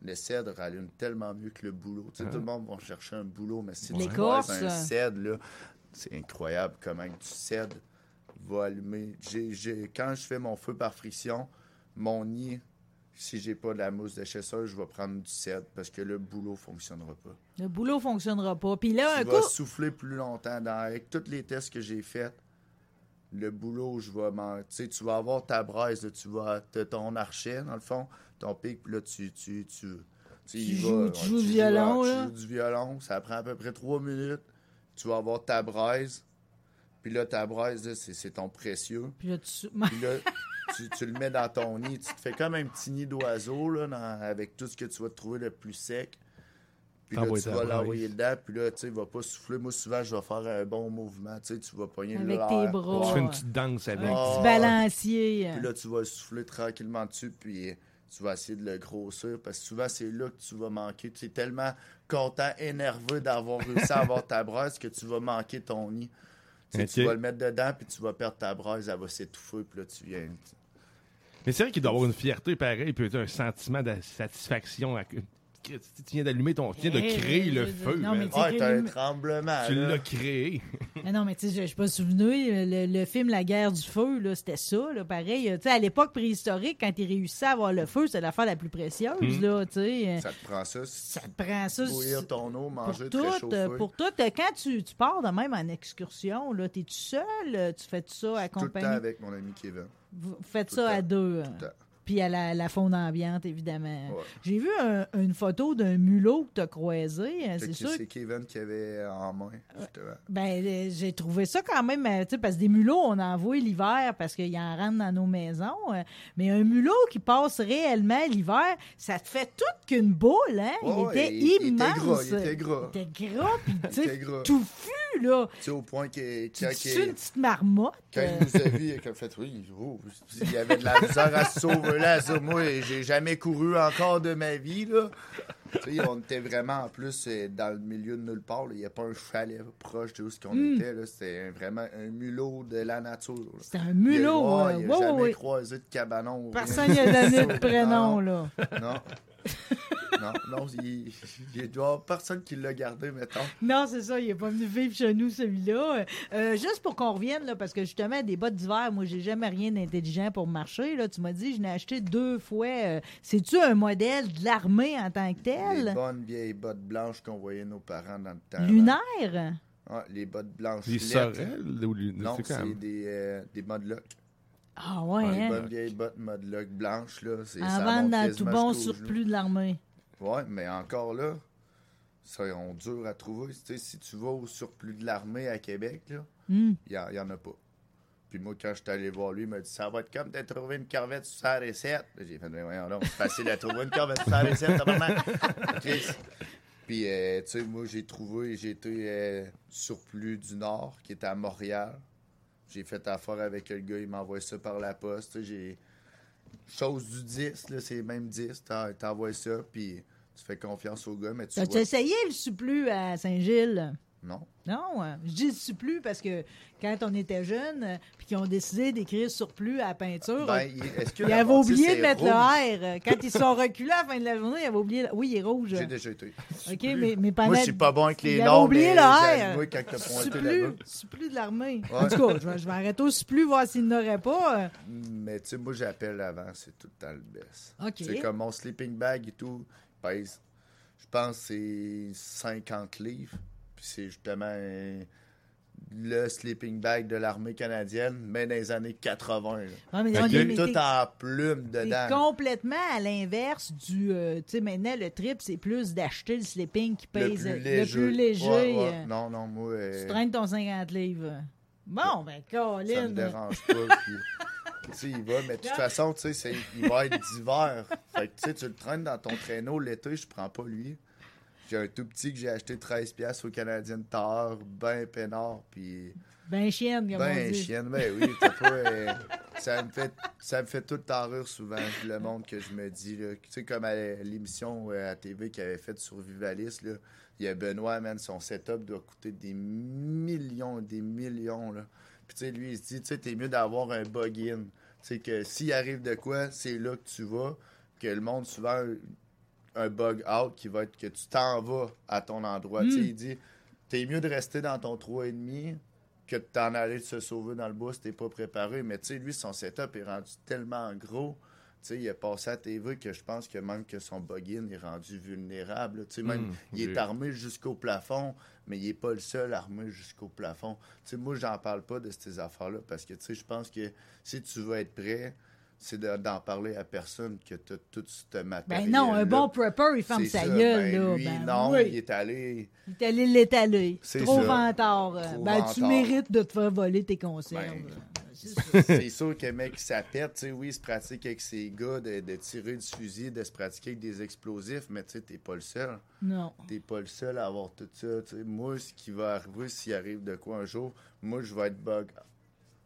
Speaker 2: Le cèdre allume tellement mieux que le boulot. Tu sais, tout le monde va chercher un boulot, mais si tu
Speaker 1: L'écorce.
Speaker 2: croises un cèdre, là, c'est incroyable comment que du cèdre va allumer. J'ai- j'ai- quand je fais mon feu par friction, mon nid, si j'ai pas de la mousse de chasseuse, je vais prendre du cèdre parce que le boulot fonctionnera pas.
Speaker 1: Le boulot fonctionnera pas. Puis là, un
Speaker 2: Tu vas
Speaker 1: coup,
Speaker 2: souffler plus longtemps. Dans- avec tous les tests que j'ai faits, le boulot, je vais m'en- tu sais, Tu vas avoir ta braise, là, tu vas t'as ton archet, dans le fond, ton pic, puis là, tu. Tu, tu, tu y
Speaker 1: Tu
Speaker 2: vas,
Speaker 1: joues-
Speaker 2: ouais,
Speaker 1: tu joues du violon,
Speaker 2: tu
Speaker 1: là.
Speaker 2: joues du violon, ça prend à peu près trois minutes. Tu vas avoir ta braise, puis là, ta braise, là, c'est c'est ton précieux.
Speaker 1: puis là, tu-
Speaker 2: Puis là, tu, tu le mets dans ton nid. Tu te fais comme un petit nid d'oiseau, là, dans- avec tout ce que tu vas trouver le plus sec. Puis là,
Speaker 3: T'envoies
Speaker 2: tu
Speaker 3: ta
Speaker 2: vas
Speaker 3: braise.
Speaker 2: l'envoyer dedans. Puis là, tu sais, il va pas souffler. Moi, souvent, je vais faire un bon mouvement. Tu sais, tu vas pogner
Speaker 1: Avec
Speaker 2: l'air.
Speaker 1: tes bras.
Speaker 3: Tu
Speaker 1: Ouais.
Speaker 3: fais une petite danse avec.
Speaker 2: Ah.
Speaker 1: petit balancier.
Speaker 2: Puis là, tu vas le souffler tranquillement dessus, puis tu vas essayer de le grossir, parce que souvent, c'est là que tu vas manquer. Tu es tellement content, énervé d'avoir réussi à avoir ta braise que tu vas manquer ton nid. Tu sais, Tu
Speaker 3: Ok.
Speaker 2: vas le mettre dedans, puis tu vas perdre ta braise, elle va s'étouffer, puis là, tu viens.
Speaker 3: Mais c'est vrai qu'il doit avoir une fierté pareille, puis un sentiment de satisfaction. à- Tu viens d'allumer ton. Tu viens de
Speaker 1: Eh,
Speaker 3: créer le
Speaker 1: je-
Speaker 3: feu,
Speaker 1: non, mais
Speaker 3: man.
Speaker 1: tu-
Speaker 2: Ah, t'as un
Speaker 1: T'écris-
Speaker 2: tremblement.
Speaker 3: Tu
Speaker 2: là.
Speaker 3: l'as créé.
Speaker 1: Mais non, mais tu sais, je- je suis pas souvenu. Le, le film La guerre du feu, là, c'était ça, là, pareil. Tu sais, à l'époque préhistorique, quand ils réussissaient à avoir le feu, c'était l'affaire la plus précieuse, là, tu sais.
Speaker 2: Ça te prend ça. si
Speaker 1: Ça te prend ça.
Speaker 2: tu veux Bouillir ton eau,
Speaker 1: Pour
Speaker 2: manger, te
Speaker 1: tout, euh,
Speaker 2: réchauffer.
Speaker 1: pour tout, euh, quand tu, tu pars de même en excursion, là, t'es-tu seul? euh, Tu fais ça
Speaker 2: Tout le temps
Speaker 1: accompagné?
Speaker 2: avec mon ami Kevin.
Speaker 1: Vous faites
Speaker 2: tout
Speaker 1: ça
Speaker 2: le
Speaker 1: à
Speaker 2: temps,
Speaker 1: deux. hein?
Speaker 2: Tout le temps.
Speaker 1: Puis à la, la faune ambiante, évidemment.
Speaker 2: Ouais.
Speaker 1: J'ai vu un- une photo d'un mulot que t'as croisé. hein,
Speaker 2: Fait
Speaker 1: C'est
Speaker 2: que
Speaker 1: sûr
Speaker 2: C'est Kevin qui avait en main, justement.
Speaker 1: Ben, euh, j'ai trouvé ça quand même, euh, tu sais, parce que des mulots, on en voit l'hiver parce qu'ils en rentrent dans nos maisons. euh, Mais un mulot qui passe réellement l'hiver, ça te fait toute qu'une boule, hein?
Speaker 2: Ouais,
Speaker 1: il était
Speaker 2: il- il était
Speaker 1: immense.
Speaker 2: gras, il était gras.
Speaker 1: Il était gras, puis tu
Speaker 2: Il était
Speaker 1: sais,
Speaker 2: gras.
Speaker 1: touffu, là.
Speaker 2: Tu sais, au point que
Speaker 1: Tu
Speaker 2: quand,
Speaker 1: tu une
Speaker 2: il,
Speaker 1: petite marmotte.
Speaker 2: quand
Speaker 1: euh,
Speaker 2: il nous a vu, il a comme fait oui, oh, il avait de la misère à se sauver là. ça, moi, j'ai jamais couru encore de ma vie. Là. Tu sais, on était vraiment en plus euh, dans le milieu de nulle part. là. Il n'y a pas un chalet proche de où ce qu'on
Speaker 1: Hmm.
Speaker 2: était. là. C'était vraiment un mulot de la nature. là.
Speaker 1: C'était un mulot,
Speaker 2: Il a-
Speaker 1: ouais,
Speaker 2: Il
Speaker 1: ouais,
Speaker 2: n'a
Speaker 1: ouais,
Speaker 2: jamais
Speaker 1: ouais.
Speaker 2: croisé de cabanon. ou rien.
Speaker 1: Personne n'y a donné de prénom,
Speaker 2: Non.
Speaker 1: là.
Speaker 2: Non. Non, non, il, il doit y avoir personne qui l'a gardé, mettons.
Speaker 1: Non, c'est ça, il n'est pas venu vivre chez nous, celui-là. Euh, juste pour qu'on revienne, là, parce que justement, des bottes d'hiver, moi, j'ai jamais rien d'intelligent pour marcher. Là. Tu m'as dit, je n'ai acheté deux fois. Euh, C'est-tu un modèle de l'armée en tant que
Speaker 2: Les
Speaker 1: tel?
Speaker 2: bonnes vieilles bottes blanches qu'on voyait nos parents dans le temps. là.
Speaker 1: Lunaire?
Speaker 2: Ah, les bottes blanches.
Speaker 3: Des
Speaker 2: lettres.
Speaker 3: sorelles ou lui-
Speaker 2: Non,
Speaker 3: c'est quand
Speaker 2: c'est
Speaker 3: même-
Speaker 2: des, euh, des modlocks.
Speaker 1: Ah ouais,
Speaker 2: Les
Speaker 1: hein?
Speaker 2: bonnes vieilles bottes modlocks blanches, là. c'est- ça
Speaker 1: En vente
Speaker 2: monte
Speaker 1: dans tout
Speaker 2: quasiment
Speaker 1: bon
Speaker 2: jusqu'aux genoux.
Speaker 1: surplus de l'armée.
Speaker 2: Ouais, mais encore là, ça, ils ont dur à trouver. Tu sais, si tu vas au surplus de l'armée à Québec, là, il n'y en a pas. Puis moi, quand je suis allé voir lui, il m'a dit Ça va être comme de trouver une corvette sur sa recette. J'ai fait Mais voyons, là, c'est facile à trouver une corvette sur sa recette, tabarnak. Chris. Puis, euh, tu sais, moi, j'ai trouvé, j'ai été euh, surplus du Nord, qui était à Montréal. J'ai fait affaire avec le gars, il m'envoie ça par la poste. Tu sais, J'ai chose du 10, là, c'est même 10. t'en- T'envoies ça, puis tu fais confiance au gars, mais tu
Speaker 1: T'as
Speaker 2: vois...
Speaker 1: essayé le supplus à Saint-Gilles?
Speaker 2: Non.
Speaker 1: Non, hein. je dis le surplus parce que quand on était jeune, euh, puis qu'ils ont décidé d'écrire surplus à la peinture,
Speaker 2: Ben,
Speaker 1: euh,
Speaker 2: il- est-ce que
Speaker 1: ils
Speaker 2: la
Speaker 1: avaient
Speaker 2: bâtisse
Speaker 1: oublié
Speaker 2: est
Speaker 1: de mettre
Speaker 2: rouge?
Speaker 1: le R. euh, Quand ils se sont reculés à la fin de la journée, ils avaient oublié. le- Oui, il est rouge.
Speaker 2: J'ai déjà été.
Speaker 1: OK, mais, mais pendant...
Speaker 2: Moi, je suis pas bon avec les
Speaker 1: Ils avaient
Speaker 2: noms,
Speaker 1: oublié
Speaker 2: mais
Speaker 1: le
Speaker 2: j'ai-
Speaker 1: R.
Speaker 2: moi, quand t'as pointé
Speaker 1: Supplus,
Speaker 2: là-bas.
Speaker 1: supplus de l'armée.
Speaker 2: Ouais.
Speaker 1: En tout cas, je vais, je vais arrêter au supplus, voir s'il n'aurait pas. euh,
Speaker 2: Mais tu sais, moi, j'appelle avant, c'est tout le temps le best.
Speaker 1: OK.
Speaker 2: C'est comme mon sleeping bag et tout, pèse, je pense, c'est 50 livres. Puis c'est justement euh, le sleeping bag de l'armée canadienne, mais dans les années 80. là.
Speaker 1: Ouais, mais
Speaker 3: Fait
Speaker 1: on
Speaker 3: que
Speaker 1: est- mais
Speaker 2: Tout
Speaker 1: t'es-
Speaker 2: en plume
Speaker 1: C'est
Speaker 2: dedans.
Speaker 1: complètement à l'inverse du. euh, tu sais, maintenant, le trip, c'est plus d'acheter le sleeping qui
Speaker 2: Le
Speaker 1: pèse
Speaker 2: plus
Speaker 1: euh,
Speaker 2: léger.
Speaker 1: plus léger,
Speaker 2: Ouais, ouais.
Speaker 1: euh,
Speaker 2: Non, non, moi, euh,
Speaker 1: Tu traînes ton 50 livres. Bon, ben, Colin.
Speaker 2: ça me dérange pas. puis, tu sais, il va, mais de toute façon, tu sais, c'est- il va être d'hiver. Fait que, tu sais, tu le traînes dans ton traîneau l'été, je prends pas lui. J'ai un tout petit que j'ai acheté 13$ piastres au Canadien Tard, ben peinard, puis
Speaker 1: Ben, chienne, comme on
Speaker 2: ben
Speaker 1: dit.
Speaker 2: chienne, ben oui, t'as pas... euh, ça, me fait, ça me fait tout le temps rire souvent, le monde que je me dis, là. Tu sais, comme à l'émission euh, à TV qu'il avait faite sur Vivalis, là, il y a Benoît, man, son setup doit coûter des millions, des millions, là. Puis, tu sais, lui, il se dit, tu sais, t'es mieux d'avoir un bug-in. Tu sais, que s'il arrive de quoi, c'est là que tu vas, que le monde, souvent, un bug out qui va être que tu t'en vas à ton endroit.
Speaker 1: Hmm.
Speaker 2: Tu sais, il dit, t'es mieux de rester dans ton 3,5 que de t'en aller de se sauver dans le bois si t'es pas préparé. Mais tu sais, lui, son setup est rendu tellement gros. Tu sais, il est passé à TV que je pense que même que son bug-in est rendu vulnérable. là. Tu sais, même, il est armé jusqu'au plafond, mais il est pas le seul armé jusqu'au plafond. Tu sais, moi, j'en parle pas de ces affaires-là parce que, tu sais, je pense que si tu veux être prêt, c'est de- d'en parler à personne que t'as tout ce matériel
Speaker 1: Ben non, un bon prepper, il ferme
Speaker 2: c'est
Speaker 1: sa
Speaker 2: ça,
Speaker 1: gueule,
Speaker 2: ben
Speaker 1: là.
Speaker 2: lui,
Speaker 1: ben
Speaker 2: non,
Speaker 1: oui.
Speaker 2: il est allé.
Speaker 1: Il est allé l'étaler.
Speaker 2: C'est
Speaker 1: Trop
Speaker 2: ça.
Speaker 1: vantard. euh,
Speaker 2: Trop
Speaker 1: Ben, tu
Speaker 2: vantard.
Speaker 1: mérites de te faire voler tes conserves.
Speaker 2: Ben,
Speaker 1: Ben, c'est ça.
Speaker 2: c'est sûr que mec, ça pète. Tu sais, oui, il se pratique avec ses gars de, de tirer du fusil, de se pratiquer avec des explosifs, mais tu sais, t'es pas le seul.
Speaker 1: non.
Speaker 2: T'es pas le seul à avoir tout ça. tu sais. Moi, ce qui va arriver, s'il arrive de quoi un jour, moi, je vais être bug,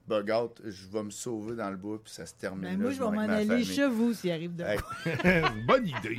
Speaker 2: bug out. Je vais me sauver dans le bois, puis ça se termine.
Speaker 1: Ben,
Speaker 2: là,
Speaker 1: moi, je vais m'en
Speaker 2: avec ma
Speaker 1: aller
Speaker 2: famille.
Speaker 1: chez vous s'il arrive de
Speaker 2: Hey.
Speaker 3: Bonne idée.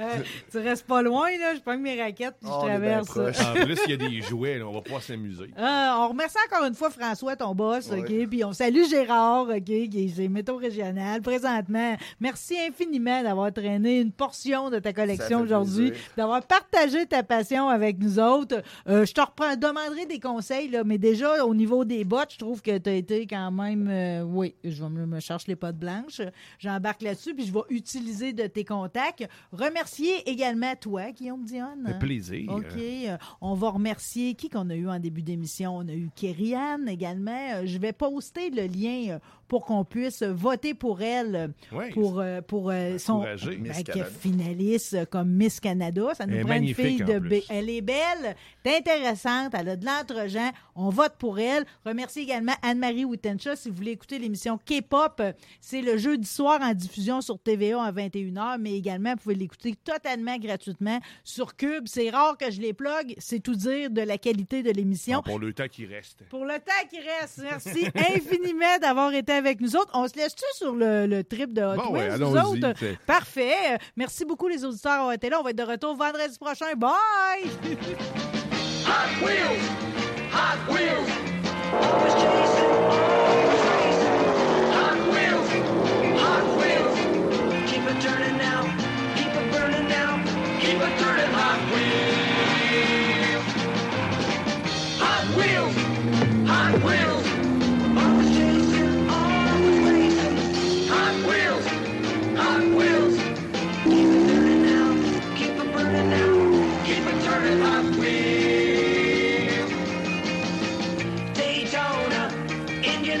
Speaker 1: Euh, tu restes pas loin, là. Je prends mes raquettes puis
Speaker 2: On
Speaker 1: je
Speaker 2: est bien
Speaker 1: traverse.
Speaker 2: proche.
Speaker 3: En plus, il y a des jouets, là, on va pouvoir s'amuser.
Speaker 1: Ah, on remercie encore une fois François, ton boss,
Speaker 2: Ouais.
Speaker 1: OK? Puis on salue Gérard, OK, qui est chez Métaux Régional présentement. Merci infiniment d'avoir traîné une portion de ta collection
Speaker 2: fait
Speaker 1: aujourd'hui,
Speaker 2: plaisir.
Speaker 1: d'avoir partagé ta passion avec nous autres. Euh, je te reprends- demanderai des conseils, là, mais déjà, au niveau des bottes, je trouve que tu as été quand même... euh, oui, je vais me, me chercher les potes blanches. J'embarque là-dessus, puis je vais utiliser de tes contacts. Remercier également toi, Guillaume Dionne.
Speaker 3: Le plaisir.
Speaker 1: Ah. OK. euh, On va remercier qui qu'on a eu en début d'émission. On a eu Kerriane également. Euh, Je vais poster le lien euh, pour qu'on puisse voter pour elle, euh,
Speaker 3: Ouais.
Speaker 1: pour, euh, pour euh, son
Speaker 3: Encourager.
Speaker 2: Miss
Speaker 1: Ben, que
Speaker 2: Canada.
Speaker 1: finaliste euh, comme Miss Canada. Ça nous
Speaker 3: Elle est
Speaker 1: prend une
Speaker 3: magnifique,
Speaker 1: fille
Speaker 3: en
Speaker 1: de
Speaker 3: plus.
Speaker 1: B- Elle est belle, elle est intéressante, elle a de l'entre-gens. On vote pour elle. Remercie également Anne-Marie Wittencha. Si vous voulez écouter l'émission K-pop, euh, c'est le jeudi soir en diffusion sur TVA à 21h, mais également, vous pouvez l'écouter totalement gratuitement sur Cube. C'est rare que je les plug. C'est tout dire de la qualité de
Speaker 3: Ah,
Speaker 1: l'émission.
Speaker 3: pour le temps qui reste.
Speaker 1: Pour le temps qui reste, merci infiniment d'avoir été avec nous autres. On se laisse-tu sur le, le trip de Hot
Speaker 3: Bon, ouais,
Speaker 1: Wheels, nous
Speaker 3: allons-y,
Speaker 1: autres?
Speaker 3: c'est-
Speaker 1: Parfait. Euh, Merci beaucoup, les auditeurs, d'avoir été là. On va être de retour vendredi prochain. Bye!
Speaker 5: Daytona, Indian